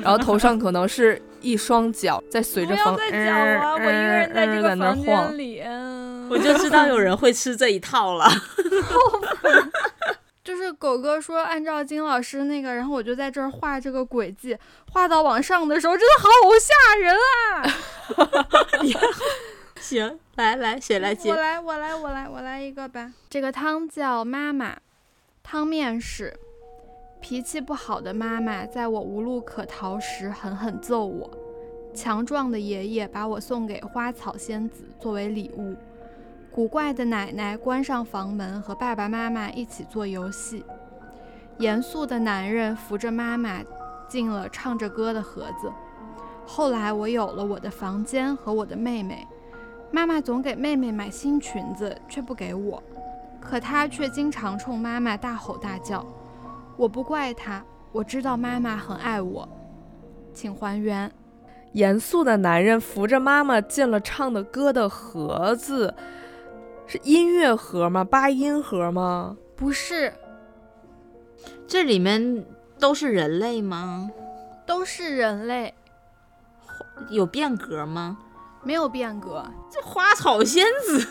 B: 然后头上可能是一双脚在随
C: 嗯，好吓人不要，
B: 着方
C: 再讲了，我一个人在这
B: 嗯嗯
C: 个
B: 在那儿
C: 房
B: 晃
C: 间里。嗯
A: 我就知道有人会吃这一套了。
C: 就是狗哥说按照金老师那个，然后我就在这儿画这个轨迹，画到往上的时候，真的好吓人啊！
A: 行，来来，谁来接
C: 我？来，我来，我来，我来一个吧。这个汤叫妈妈，汤面是脾气不好的妈妈，在我无路可逃时狠狠揍我。强壮的爷爷把我送给花草仙子作为礼物。古怪的奶奶关上房门，和爸爸妈妈一起做游戏。严肃的男人扶着妈妈进了唱着歌的盒子。后来我有了我的房间和我的妹妹，妈妈总给妹妹买新裙子，却不给我，可她却经常冲妈妈大吼大叫。我不怪她，我知道妈妈很爱我。请还原。
B: 严肃的男人扶着妈妈进了唱的歌的盒子，是音乐盒吗？八音盒吗？
C: 不是，
A: 这里面都是人类吗？
C: 都是人类，
A: 有变革吗？
C: 没有变革，
A: 这花草仙子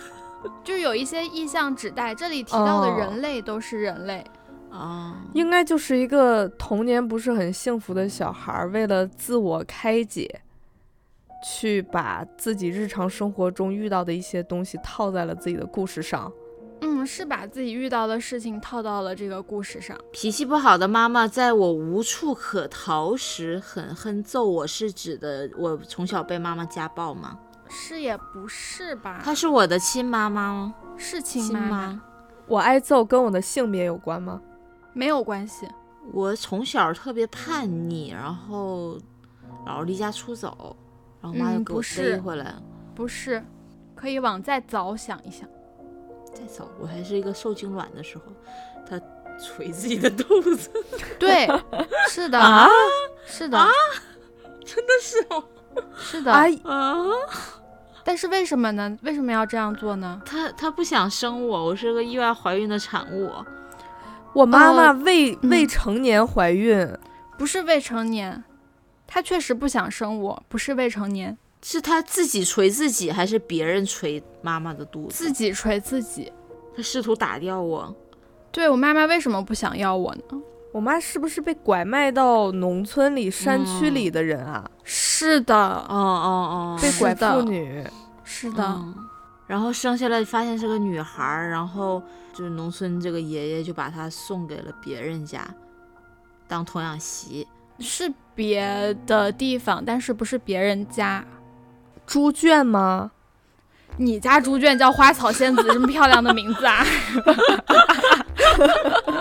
C: 就有一些意象指代。这里提到的
B: 哦
C: 人类都是人类，
A: 哦，
B: 应该就是一个童年不是很幸福的小孩儿，为了自我开解，去把自己日常生活中遇到的一些东西套在了自己的故事上。
C: 嗯，是把自己遇到的事情套到了这个故事上。
A: 脾气不好的妈妈在我无处可逃时狠狠揍我，是指的我从小被妈妈家暴吗？
C: 是也不是吧？
A: 她是我的亲妈妈吗？
C: 是亲
A: 亲
C: 妈
A: 妈。
B: 我挨揍跟我的性别有关吗？
C: 没有关系。
A: 我从小特别叛逆，然后老是离家出走，然后我妈
C: 嗯
A: 就给我
C: 不是
A: 逮回来。
C: 不是，可以往再早想一想。
A: 再走，我还是一个受精卵的时候，她捶自己的肚子，
C: 对，是的，
A: 啊
C: 是的，
A: 真的是哦
C: 是的。
B: 啊，
A: 啊！
C: 但是为什么呢？为什么要这样做呢？
A: 她她不想生我，我是个意外怀孕的产物。
B: 我妈妈未、
C: 嗯
B: 未成年怀孕，
C: 不是未成年，他确实不想生我，不是未成年，
A: 是她自己捶自己，还是别人捶妈妈的肚子？
C: 自己锤自己。
A: 她试图打掉我，
C: 对我妈妈为什么不想要我呢？
B: 我妈是不是被拐卖到农村里、山区
C: 嗯
B: 里的人啊？
C: 是的，
A: 哦哦哦，
B: 被拐
C: 是的
B: 妇女，
C: 是的，
A: 嗯然后生下来发现是个女孩儿，然后就是农村这个爷爷就把她送给了别人家当童养媳，
C: 是别的地方，但是不是别人家。
B: 猪圈吗？
C: 你家猪圈叫花草仙子，这么漂亮的名字啊！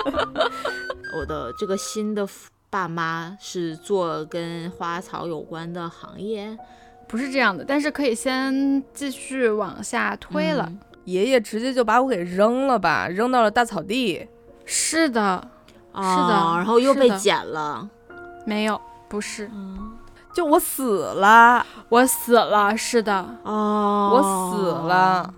A: 我的这个新的父爸妈是做跟花草有关的行业，
C: 不是这样的，但是可以先继续往下推了。
A: 嗯
B: 爷爷直接就把我给扔了吧，扔到了大草地。
C: 是的，
A: 哦
C: 的
A: 然后又
C: 是
A: 被
C: 的
A: 剪了。
C: 没有，不是，
A: 嗯，
B: 就我死了，
C: 我死了。是的，
A: 哦，
B: 我死了。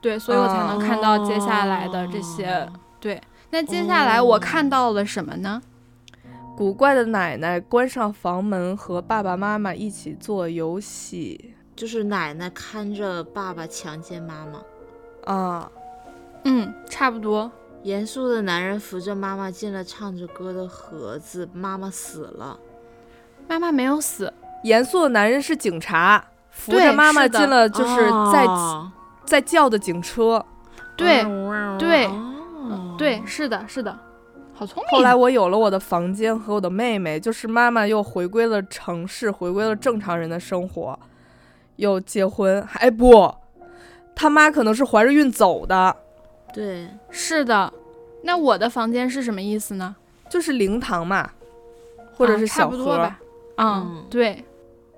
C: 对，所以我才能看到接下来的这些。对，那接下来我看到了什么呢？哦
B: 古怪的奶奶关上房门，和爸爸妈妈一起做游戏
A: 就是奶奶看着爸爸强奸妈妈，
B: 啊！
C: 嗯，差不多。
A: 严肃的男人扶着妈妈进了唱着歌的盒子，妈妈死了。
C: 妈妈没有死，
B: 严肃的男人是警察，扶
C: 对
B: 着妈妈
C: 是的
B: 进了就是在、
A: 哦
B: 在叫的警车。
C: 对，对
A: 哦
C: 对，是的，是的，好聪明。
B: 后来我有了我的房间和我的妹妹，就是妈妈又回归了城市，回归了正常人的生活，又结婚。哎不，他妈可能是怀着孕走的，
A: 对，
C: 是的，那我的房间是什么意思呢？
B: 就是灵堂嘛，或者
C: 啊
B: 是
C: 差
B: 小
C: 不
B: 河，
C: 多吧。嗯
A: 嗯，
C: 对，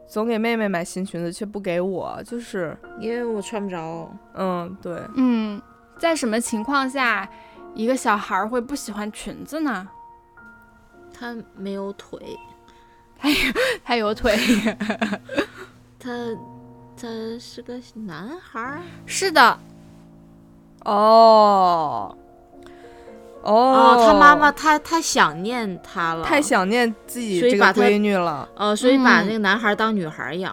B: 总给妹妹买新裙子却不给我，就是
A: 因为我穿不着。
B: 嗯对，
C: 嗯，在什么情况下一个小孩儿会不喜欢裙子 呢？
A: 他没有腿，
C: 他有腿。
A: 他他是个男孩儿。
C: 是的，
B: 哦哦
A: 哦，他妈妈太太想念他了，
B: 太想念自己
A: 所以
B: 这个
A: 把她
B: 闺女了，
A: 呃，所以把
C: 嗯
A: 那个男孩当女孩养，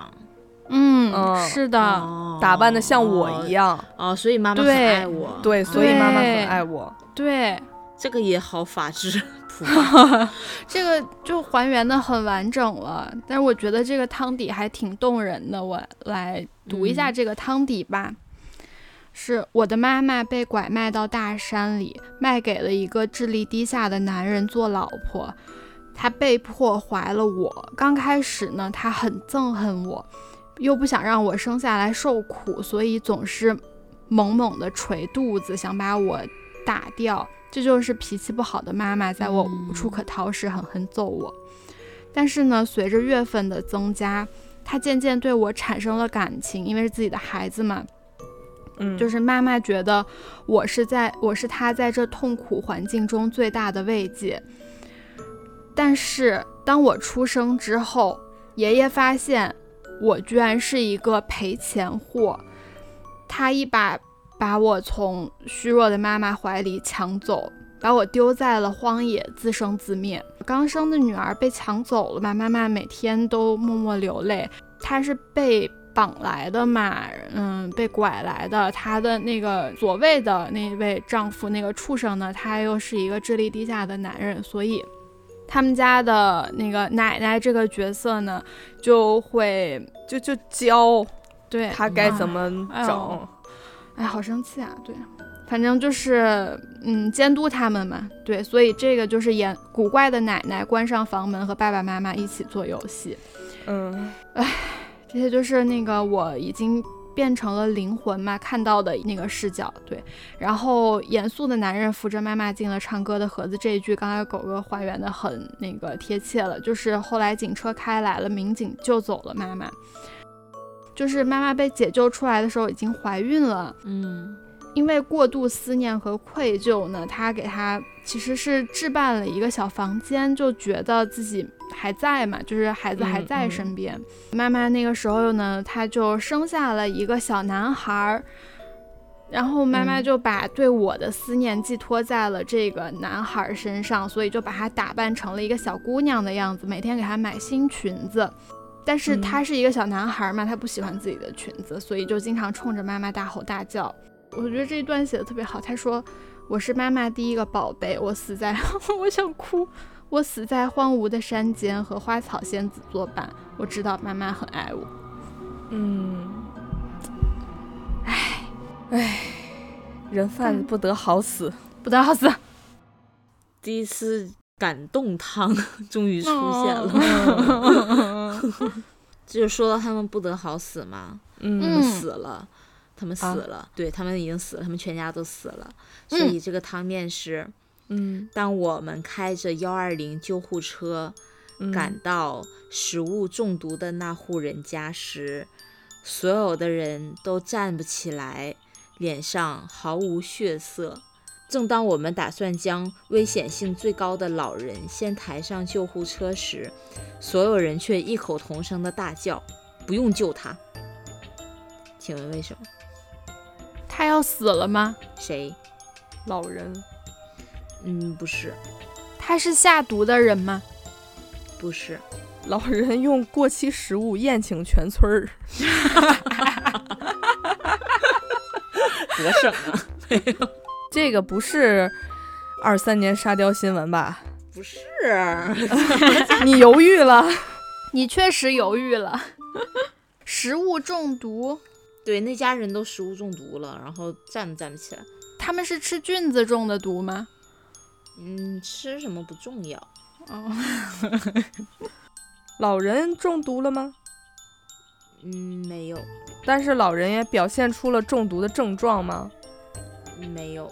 C: 嗯，
B: 嗯
C: 是的，
A: 哦
B: 打扮的像我一。样，
A: 哦，哦所以妈妈很
C: 对
A: 爱我。，
B: 对，所以妈妈
C: 对
B: 很爱我。
C: 对，
A: 这个也好法制普法。
C: 这个就还原的很完整了。但是我觉得这个汤底还挺动人的，我来读一下这个汤底吧。是我的妈妈被拐卖到大山里，卖给了一个智力低下的男人做老婆。她被迫怀了我。刚开始呢，她很憎恨我，又不想让我生下来受苦，所以总是猛猛地捶肚子，想把我打掉。这就是脾气不好的妈妈，在我无处可逃时狠狠揍我。但是呢，随着月份的增加，她渐渐对我产生了感情，因为是自己的孩子嘛。
B: 嗯，
C: 就是妈妈觉得我是在我是她在这痛苦环境中最大的慰藉。但是当我出生之后，爷爷发现我居然是一个赔钱货，他一把把我从虚弱的妈妈怀里抢走，把我丢在了荒野，自生自灭。刚生的女儿被抢走了嘛，妈妈每天都默默流泪。她是被绑来的嘛，嗯，被拐来的。她的那个所谓的那位丈夫，那个畜生呢，他又是一个智力低下的男人，所以他们家的那个奶奶这个角色呢，就会
B: 就就教
C: 对
B: 他该怎么
C: 哎
B: 整
C: 呦。哎，好生气啊！对，反正就是，嗯，监督他们嘛。对，所以这个就是演古怪的奶奶关上房门，和爸爸妈妈一起做游戏。
B: 嗯，
C: 这些就是那个我已经变成了灵魂嘛看到的那个视角，对。然后严肃的男人扶着妈妈进了唱歌的盒子这一句，刚才狗哥还原的很那个贴切了，就是后来警车开来了，民警救走了妈妈。就是妈妈被解救出来的时候已经怀孕了，
A: 嗯，
C: 因为过度思念和愧疚呢，他给他其实是置办了一个小房间，就觉得自己还在嘛，就是孩子还
A: 嗯
C: 在
A: 嗯
C: 身边。妈妈那个时候呢，她就生下了一个小男孩儿，然后妈妈
B: 嗯
C: 就把对我的思念寄托在了这个男孩儿身上，所以就把他打扮成了一个小姑娘的样子，每天给他买新裙子。但是
A: 嗯
C: 他是一个小男孩儿嘛，他不喜欢自己的裙子，所以就经常冲着妈妈大吼大叫。我觉得这一段写的特别好。他说：“我是妈妈第一个宝贝，我死在 我想哭，我死在荒芜的山间，和花草仙子作伴。我知道妈妈很爱我。
B: 嗯，唉唉， 人贩子不得好死。
C: 不得好死，
A: 第一次感动汤 终于出现
C: 嗯
A: 了。就是说到他们不得好死嘛，他
B: 嗯嗯
A: 们
C: 嗯
A: 死了，他们死
B: 啊
A: 了，对他们已经死了，他们全家都死了。所以这个汤面是，
B: 嗯
A: 当我们开着幺二零救护车
B: 嗯
A: 赶到食物中毒的那户人家时，所有的人都站不起来，脸上毫无血色。正当我们打算将危险性最高的老人先抬上救护车时，所有人却异口同声的大叫：“不用救他！”请问为什么？
C: 他要死了吗？
A: 谁？
B: 老人
A: 嗯，不是，
C: 他是下毒的人吗？
A: 不是，
B: 老人用过期食物宴请全村儿，
A: 多省啊！
B: 这个不是二三年沙雕新闻吧？
A: 不是，
C: 啊
B: 你犹豫了，
C: 你确实犹豫了。 食物中毒，
A: 对，那家人都食物中毒了，然后站都站不起来。
C: 他们是吃菌子中的毒吗？
A: 嗯，吃什么不重要，
C: 哦，
B: 老人中毒了吗？
A: 嗯，没有，
B: 但是老人也表现出了中毒的症 状吗？
A: 没有，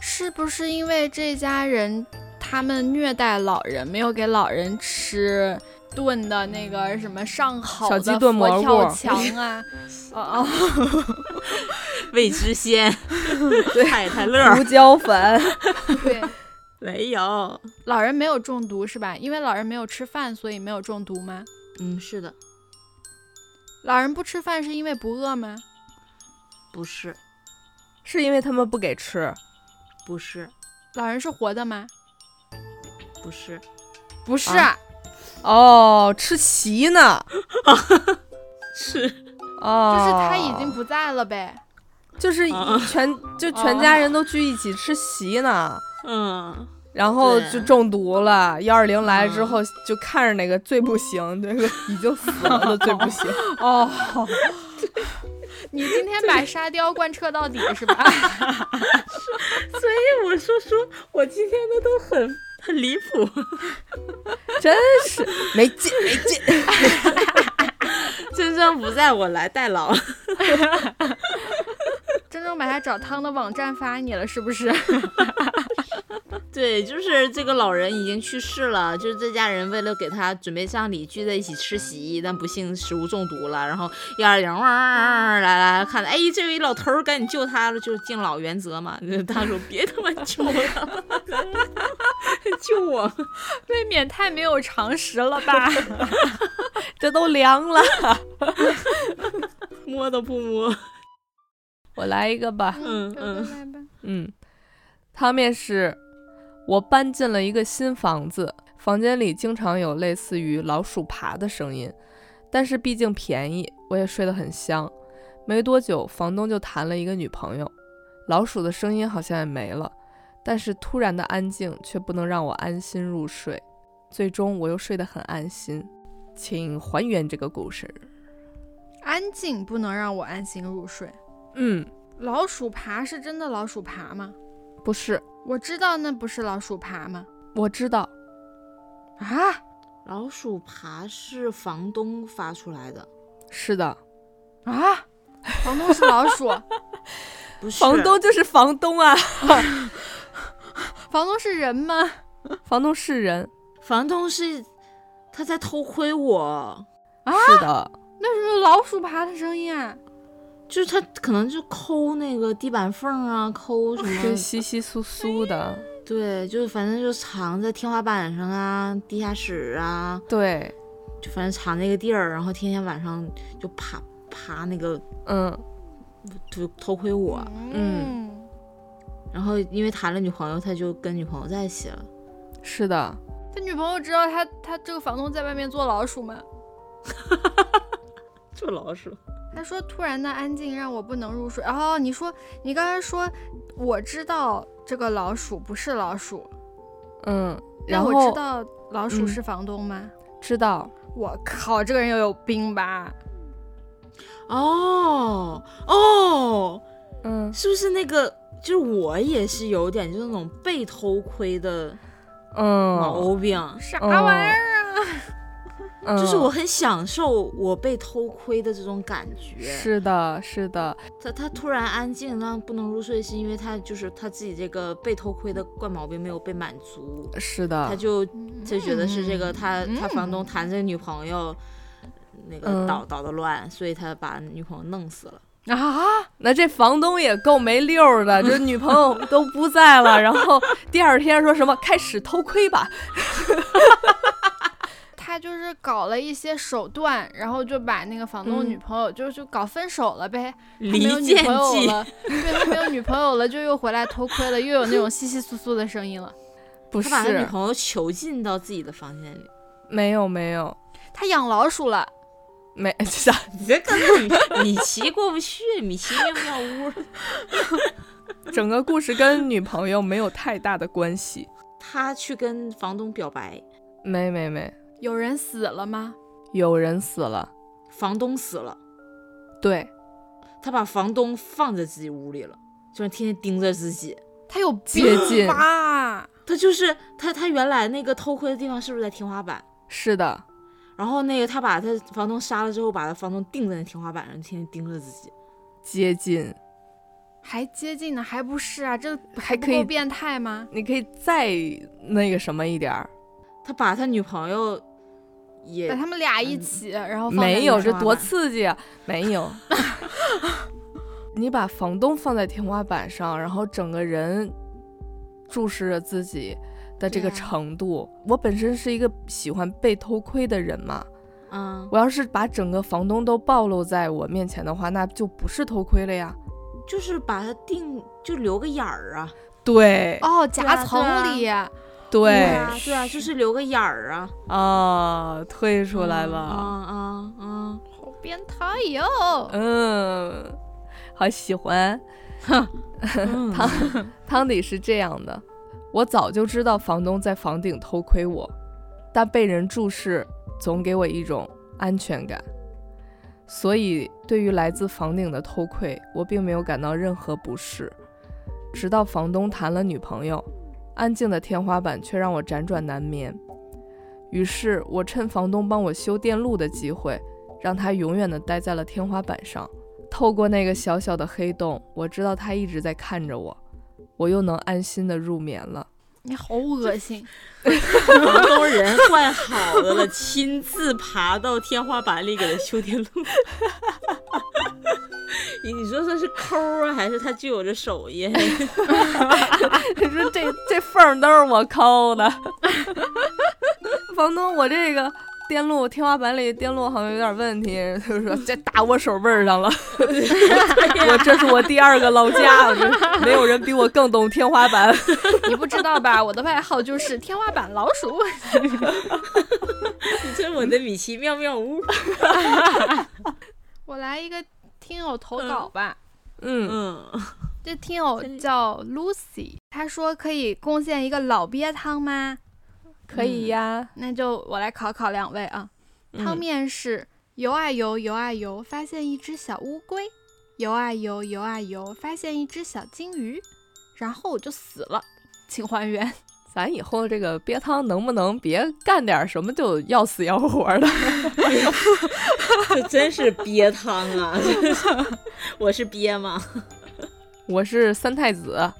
C: 是不是因为这家人他们虐待老人，没有给老人吃炖的那个什么上好
B: 小
C: 的
B: 鸡炖蘑菇
C: 佛跳墙 啊？哦哦，
A: 未知鲜，太太乐
C: 啊
B: 胡椒粉，
C: 对，
A: 没有，
C: 老人没有中毒是吧？因为老人没有吃饭，所以没有中毒吗？
A: 嗯，是的，
C: 老人不吃饭是因为不饿吗？
A: 不是，
B: 是因为他们不给吃。
A: 不是，
C: 老人是活的吗？
A: 不是，
C: 不是，
B: 啊哦，吃席呢？
A: 是
B: 哦，
C: 就是他已经不在了呗。
B: 就是
A: 啊
B: 全就全家人都聚一起吃席呢，
A: 嗯，
B: 然后
A: 对
B: 就中毒了。幺二零来了之后，就看着哪个最不行，那个已经死了的最不行。
C: 哦，你今天把沙雕贯彻到底是吧？
A: 所以哎我说说，我今天的都很很离 谱，
B: 真是没劲没劲。
A: 真正不在我来代劳，
C: 真正把他找汤的网站发你了是不是？
A: 对，就是这个老人已经去世了，就是这家人为了给他准备葬礼，聚在一起吃席，但不幸食物中毒了。然后幺二零哇来来看，哎，这位老头儿赶紧救他了，就是敬老原则嘛。就是他说别他妈救我 了，救我！
C: 未免太没有常识了 吧？
B: 嗯这都凉了。
A: 摸都不摸。
B: 我来一个吧，
A: 嗯嗯
C: 来吧。
B: 嗯，汤面是，我搬进了一个新房子，房间里经常有类似于老鼠爬的声音，但是毕竟便宜，我也睡得很香。没多久，房东就谈了一个女朋友，老鼠的声音好像也没了，但是突然的安静却不能让我安心入睡，最终我又睡得很安心。请还原这个故事。
C: 安静不能让我安心入睡。
B: 嗯，
C: 老鼠爬是真的老鼠爬吗？
B: 不是，
C: 我知道那不是老鼠爬吗？
B: 我知道，
C: 啊
A: 老鼠爬是房东发出来的，
B: 是的，
C: 啊！房东是老鼠，
A: 不是
B: 房东就是房东啊。
C: 房东是人吗？
B: 房东是人，
A: 房东是他在偷窥我，
C: 啊，
B: 是的，
C: 那是不是老鼠爬的声音啊！
A: 就是他可能就抠那个地板缝啊，抠
C: 嗯
A: 什
B: 哦就是
A: 么。
B: 稀稀疏疏的，
A: 对，就是反正就藏在天花板上啊、地下室啊，
B: 对，
A: 就反正藏那个地儿，然后天天晚上就爬爬那个，
B: 嗯，
A: 就偷窥我。
B: 嗯，
A: 然后因为谈了女朋友，他就跟女朋友在一起了。
B: 是的，
C: 他女朋友知道他他这个房东在外面做老鼠吗？
A: 做老鼠？
C: 他说突然的安静让我不能入睡。哦，你说你刚才说我知道这个老鼠不是老鼠，
B: 嗯，
C: 那
B: 然后
C: 我知道老鼠
B: 嗯
C: 是房东吗？
B: 知道
C: 我靠，这个人又有病吧？
A: 哦哦，
B: 嗯，
A: 是不是那个？就是我也是有点就是那种被偷窥的
B: 嗯，
A: 毛病。
C: 啥
B: 嗯
C: 玩意儿？
B: 嗯
A: 就是我很享受我被偷窥的这种感觉。
B: 是的，是的，
A: 他他突然安静，让不能入睡，是因为他就是他自己这个被偷窥的怪毛病没有被满足，
B: 是
A: 他
B: 的，
A: 就 就觉得是这个他他
C: 嗯
A: 房东谈这个女朋友，那
B: 嗯
A: 个捣捣的乱，所以他把女朋友弄死了。
C: 嗯
B: 啊，那这房东也够没溜儿的，这女朋友都不在了，然后第二天说什么开始偷窥吧，
C: 他就是搞了一些手段，然后就把那个房东的
B: 嗯
C: 女朋友就就搞分手了呗。他没有
A: 离
C: 女
A: 间
C: 朋友
A: 计，
C: 了，对他没有女朋友了，就又回来偷窥了，又有那种窸窸窣窣的声音了。
B: 不
A: 他把他女
B: 是，
A: 朋友囚禁到自己的房间里。
B: 没有没有
C: 他养老鼠了，
B: 没， 啥
A: 你这跟米米奇过不去，米奇妙妙屋。
B: 整个故事跟女朋友没有太大的关系，
A: 他去跟房东表白，
B: 没没没，
C: 有人死了吗？
B: 有人死了，
A: 房东死了，
B: 对，
A: 他把房东放在自己屋里了，就是天天盯着自己。
C: 他有
B: 接
C: 病
B: 近
C: 吧？
A: 他就是他，他原来那个偷窥的地方是不是在天花板？
B: 是的，
A: 然后那个他把他房东杀了之后，把他房东钉在那天花板上，天天盯着自己。
B: 接近，
C: 还接近呢，还不是啊？这
B: 还
C: 不
B: 可以
C: 够，变态吗？
B: 你可以再那个什么一点儿，
A: 他把他女朋友也
C: 把他们俩一起，然哦后放在
B: 没
C: 那
B: 有，
C: 个
B: 这
A: 天花
B: 多
A: 板
B: 刺 激啊！没有， 你把房东放在天花板上，然后整个人注视着自己的这个
C: 对啊
B: 程度。我本身是一个喜欢被偷窥的人嘛，
A: 嗯，
B: 我要是把整个房东都暴露在我面前的话，那就不是偷窥了呀。
A: 就是把他定就留个眼儿啊，
B: 对，
C: 哦，
A: 对
C: 夹
A: 啊
C: 层里，
A: 对
B: 对
A: 啊，对啊，就是留个眼儿啊，
B: 啊，退出来了。
A: 啊啊 啊！
C: 好变态哟！
B: 嗯，好喜欢。
A: 嗯
B: 汤汤底是这样的：我早就知道房东在房顶偷窥我，但被人注视总给我一种安全感，所以对于来自房顶的偷窥，我并没有感到任何不适。直到房东谈了女朋友，安静的天花板却让我辗转难眠。于是我趁房东帮我修电路的机会，让他永远的待在了天花板上。透过那个小小的黑洞，我知道他一直在看着我，我又能安心的入眠了。
C: 你好恶心，
A: 房东 人换好的了，亲自爬到天花板里给他修电路。 你你说这是抠啊，还是他就有这手艺？
B: 你说这这缝都是我抠的， 房东，我这个电路天花板里电路好像有点问题，他就说这打我手背儿上了，我这是我第二个落家，我这没有人比我更懂天花板。
C: 你不知道吧？我的外号就是天花板老鼠。
A: 你这是我的米奇妙妙 屋。
C: 我来一个听友投稿吧。
B: 嗯
A: 嗯，
C: 这听友
A: 真
C: 叫 Lucy，他说可以贡献一个老鳖汤吗？嗯
B: 可以呀，
C: 那就我来考考两位啊。汤
B: 嗯
C: 面是游啊游，游啊游，发现一只小乌龟；游啊游，游啊游，发现一只小金鱼，然后我就死了。请还原。
B: 咱以后这个鳖汤能不能别干点什么就要死要活的？
A: 这真是鳖汤啊！ 真是我是鳖吗？
B: 我是三太子，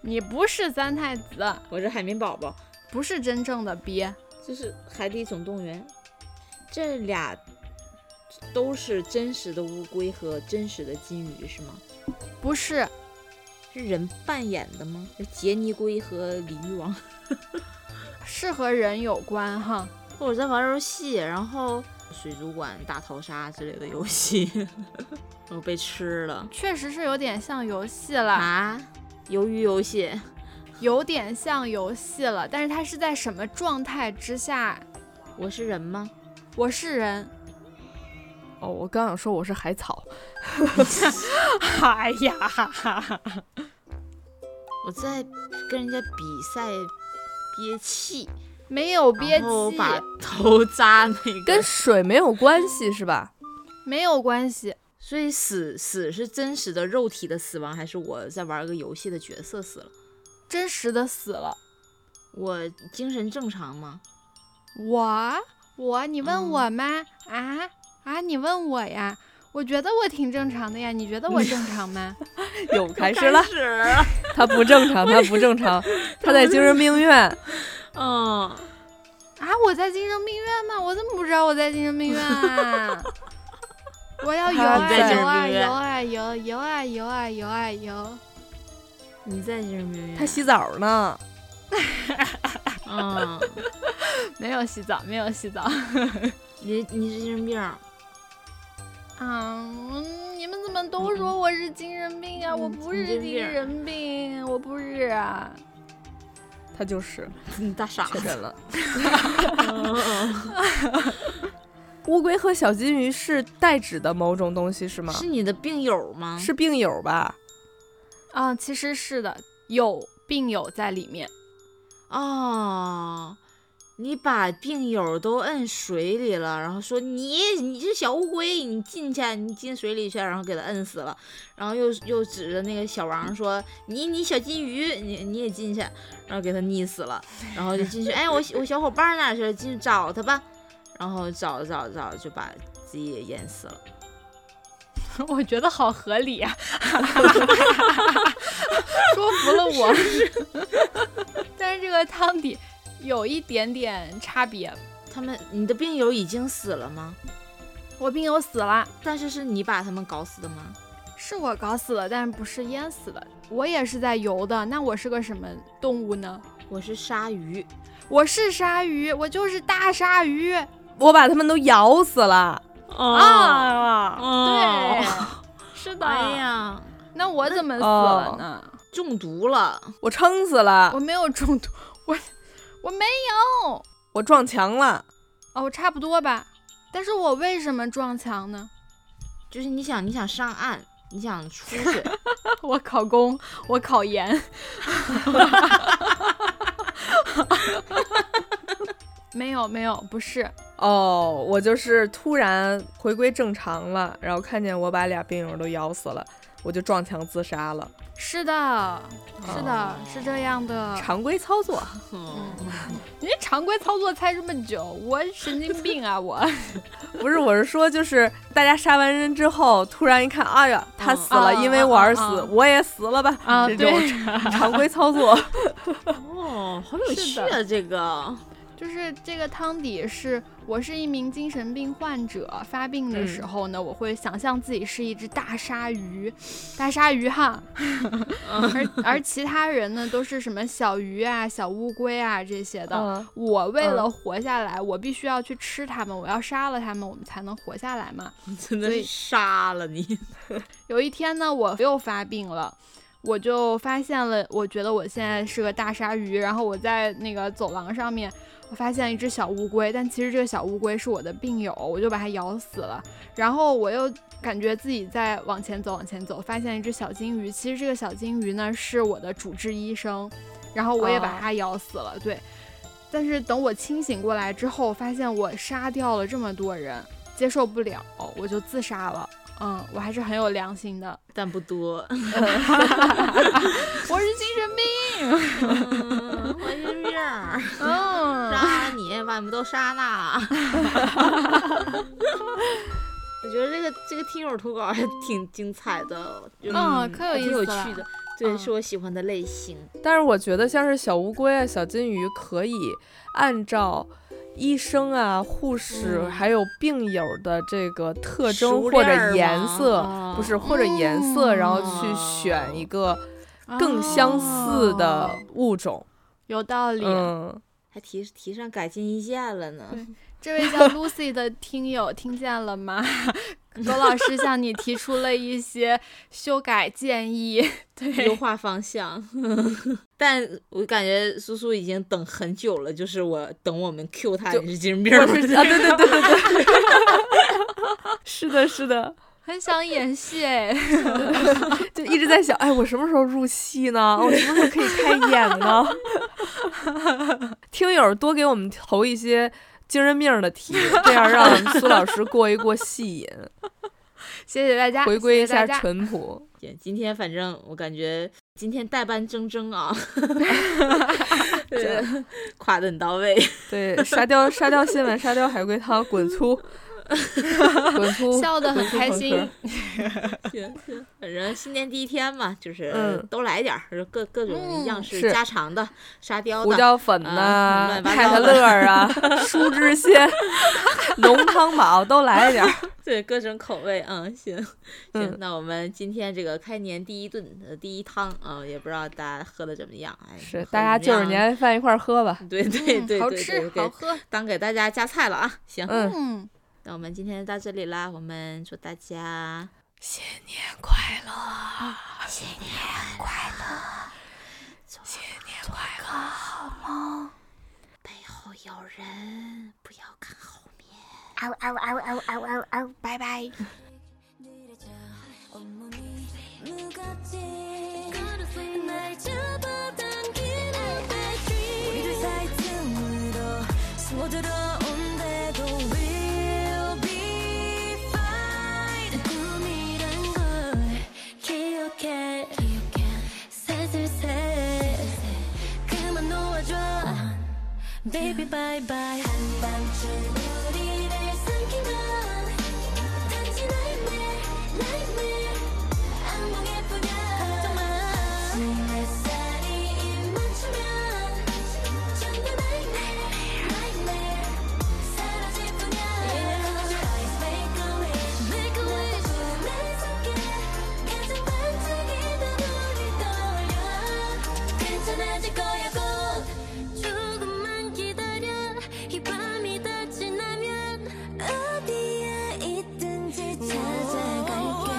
C: 你不是三太子，
A: 我是海绵宝宝，
C: 不是真正的鳖。
A: 就是《海底总动员》，这俩都是真实的乌龟和真实的金鱼是吗？
C: 不是，
A: 是人扮演的吗？是杰尼龟和鲤鱼王。
C: 是和人有关哈。
A: 或者在玩游戏，然后水族馆大逃杀之类的游戏， 我被吃了
C: 确实是有点像游戏了，
A: 啊！鱿鱼游戏，
C: 有点像游戏了，但是它是在什么状态之下？
A: 我是人吗？
C: 我是人，
B: 哦，我刚想说我是海草，
C: 哎呀，
A: 我在跟人家比赛憋气，
C: 没有憋
A: 然
C: 气，
A: 后把头扎那个，
B: 跟水没有关系是吧？
C: 没有关系，
A: 所以死死是真实的肉体的死亡，还是我在玩个游戏的角色死了？
C: 真实的死了。
A: 我精神正常吗？
C: 我我你问我吗？啊啊，你问我呀？我觉得我挺正常的呀，你觉得我正常吗？
B: 又开始了，
A: 始了，
B: 他不正常，他不正常，他在精神病院。
A: 嗯，
C: 啊，我在精神病院吗？我怎么不知道我在精神病院啊？我要游
B: 他
C: 啊
B: 在
C: 游
B: 精
A: 神
C: 啊
A: 病院
C: 游啊游，游啊游啊游啊游。
A: 你在精神病院？
B: 他洗澡呢，
A: 嗯，
C: 没有洗澡，没有洗澡。
A: 你你是精神病儿，
C: 嗯，你们怎么都说我是精神病啊？
A: 嗯
C: 我不是精神病，我不是啊。
B: 他就是
A: 你大傻
B: 确
A: 子。
B: 诊了。
A: 嗯嗯
B: 乌龟和小金鱼是代指的某种东西是吗
A: 嗯？是你的病友吗？
B: 是病友吧？
C: 啊，其实是的，有病友在里面。
A: 哦，你把病友都摁水里了，然后说你你这小乌龟，你进去，啊你进水里去，然后给它摁死了，然后又又指着那个小王说你你小金鱼，你你也进去，然后给它溺死了，然后就进去，哎，我我小伙伴哪去了？进去找他吧，然后找找找就把自己也淹死了。
C: 我觉得好合理 呀、说服了我。但是这个汤底有一点点差别。
A: 他们你的病友已经死了吗？
C: 我病友死了，
A: 但是是你把他们搞死的吗？
C: 是我搞死了，但是不是淹死的。我也是在游的，那我是个什么动物呢？
A: 我是鲨鱼，
C: 我是鲨鱼，我就是大鲨鱼
B: 我把他们都咬死了。哦
A: 哦，
C: 啊！对，是的。
A: 哎，呀，
C: 那哦我怎么死了呢？
A: 中毒了，
B: 哦我撑死了，
C: 我没有中毒，我我没有
B: 我撞墙了，
C: 哦，差不多吧。但是我为什么撞墙呢？
A: 就是你想你想上岸，你想出 去，
C: 我考公，我考研。 没有没有，不是，
B: 哦，我就是突然回归正常了，然后看见我把俩病友都咬死了，我就撞墙自杀了。
C: 是的，是的，是这样的。
B: 常规操作，
A: 嗯
C: 你这常规操作猜这么久，我神经病啊！我
B: 不是，我是说，就是大家杀完人之后，突然一看，哎呀，他死了，
C: 嗯
B: 因为我而死，
C: 嗯嗯嗯
B: 我也死了吧？
C: 啊，
B: 这种
C: 对，
B: 常规操作，
A: 哦，好有
C: 是
A: 趣
C: 的
A: 啊，这 个，
C: 就是这个汤底是我是一名精神病患者，发病的
B: 嗯
C: 时候呢，我会想象自己是一只大鲨鱼，大鲨鱼哈，
B: 嗯
C: 而而其他人呢都是什么小鱼啊、小乌龟啊这些的。
B: 嗯
C: 我为了活下来，我必须要去吃它们，我要杀了它们，我们才能活下来嘛。
A: 真的
C: 所
A: 是
C: 以
A: 杀了你，
C: 有一天呢，我又发病了。我就发现了，我觉得我现在是个大鲨鱼，然后我在那个走廊上面，我发现了一只小乌龟，但其实这个小乌龟是我的病友，我就把它咬死了。然后我又感觉自己在往前走，往前走，发现一只小金鱼，其实这个小金鱼呢是我的主治医生，然后我也把
B: 哦
C: 它咬死了，对。但是等我清醒过来之后，发现我杀掉了这么多人，接受不了，我就自杀了。嗯，我还是很有良心的，
A: 但不多，
C: 我是精神病。
A: 嗯，我是病儿，
C: 嗯，
A: 杀你，把你们都杀了。 我觉得这个这个听友投稿还挺精彩的，就
C: 嗯可有
A: 还
C: 意
A: 挺有
C: 思了
A: 趣的，对，
C: 嗯
A: 是我喜欢的类型。
B: 但是我觉得像是小乌龟啊、小金鱼，可以按照医生啊、护士、
A: 嗯
B: 还有病友的这个特征
A: 熟
B: 或
A: 练儿
B: 者颜
A: 吗
B: 色，
A: 哦
B: 不是或者颜色，然后去
A: 嗯
B: 选一个更相似的
C: 哦
B: 物种。
C: 有道理。
B: 嗯，
A: 还提提上改进意见了呢。
C: 对这位 叫 Lucy 的听友听见了吗？罗老师向你提出了一些修改建议。
A: 优
C: 对，
A: 化方向。 但我感觉苏苏已经等很久了，就是我等我们 Q 他
B: 就
A: 你是精神病
B: 我
A: 儿，
B: 是 啊，对对对对 对，是的，是的，
C: 很想演 戏哎。
B: 就一直在想，哎，我什么时候入戏呢？我什么时候可以开演呢？ 听友多给我们投一些精神病的题，这样让苏老师过一过戏瘾，
C: 谢谢大家，
B: 回归一
C: 谢谢大
B: 下
C: 家。
B: 淳朴。
A: 今天反正我感觉今天代班铮铮啊，对，夸的很到位。
B: 对，沙雕沙雕新闻，沙雕海龟汤，滚粗，滚粗，
C: 笑得很
B: 滚粗
C: 开
B: 朋
C: 心
B: 克。
A: 反正新年第一天嘛，就是
B: 嗯
A: 都来点儿，各各种
C: 嗯
A: 样式
B: 是
A: 家常的、沙雕
B: 胡
A: 的，
B: 椒粉呐、
A: 啊
C: 嗯
A: 乱七八
B: 太
A: 糟
B: 太
A: 的
B: 乐儿啊， 舒之鲜，浓汤宝都来一点儿。
A: 对各种口味，嗯，行行，
B: 嗯
A: 那我们今天这个开年第一顿呃第一汤啊、也不知道大家喝的怎么样，哎，
B: 是
A: 喝，
B: 大
A: 得
B: 家
A: 怎
B: 就
A: 么
B: 着
A: 样，
B: 年夜饭一块儿喝吧。
A: 对对
C: 嗯
A: 对
C: 好
A: 对对，
C: 吃好
A: 给
C: 喝，
A: 当给大家夹菜了啊，行，
B: 嗯，
C: 嗯，
A: 那我们今天就到这里啦，我们祝大家
B: 新年快乐，
A: 背后有人，不要看后面。
D: 嗷嗷嗷嗷嗷嗷嗷，拜拜。
E: 느려져 온몸이 무겁지 날 잡아당기는 battery 우리들 사이 틈으로 스며들어온대도 We'll be fine 꿈이란 걸 기억해 새슬새 그만 놓아줘 Baby bye bye 한밤중 우리를 삼키던 단지 nightmare nightmare 악몽의 뿌려 걱정마 내 햇살이 입 맞추면 전부 nightmare nightmare 사라질 뿐이야 Close your eyes make a wish make a wish 내 속에 가장 반짝이던 우리 떠올려 괜찮아질 거야 곧 조금만 기다려 이 밤이 다 지나면 어디에 있든지 찾아갈게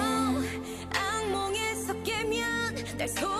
E: 악몽에서 깨면 날 소리 그그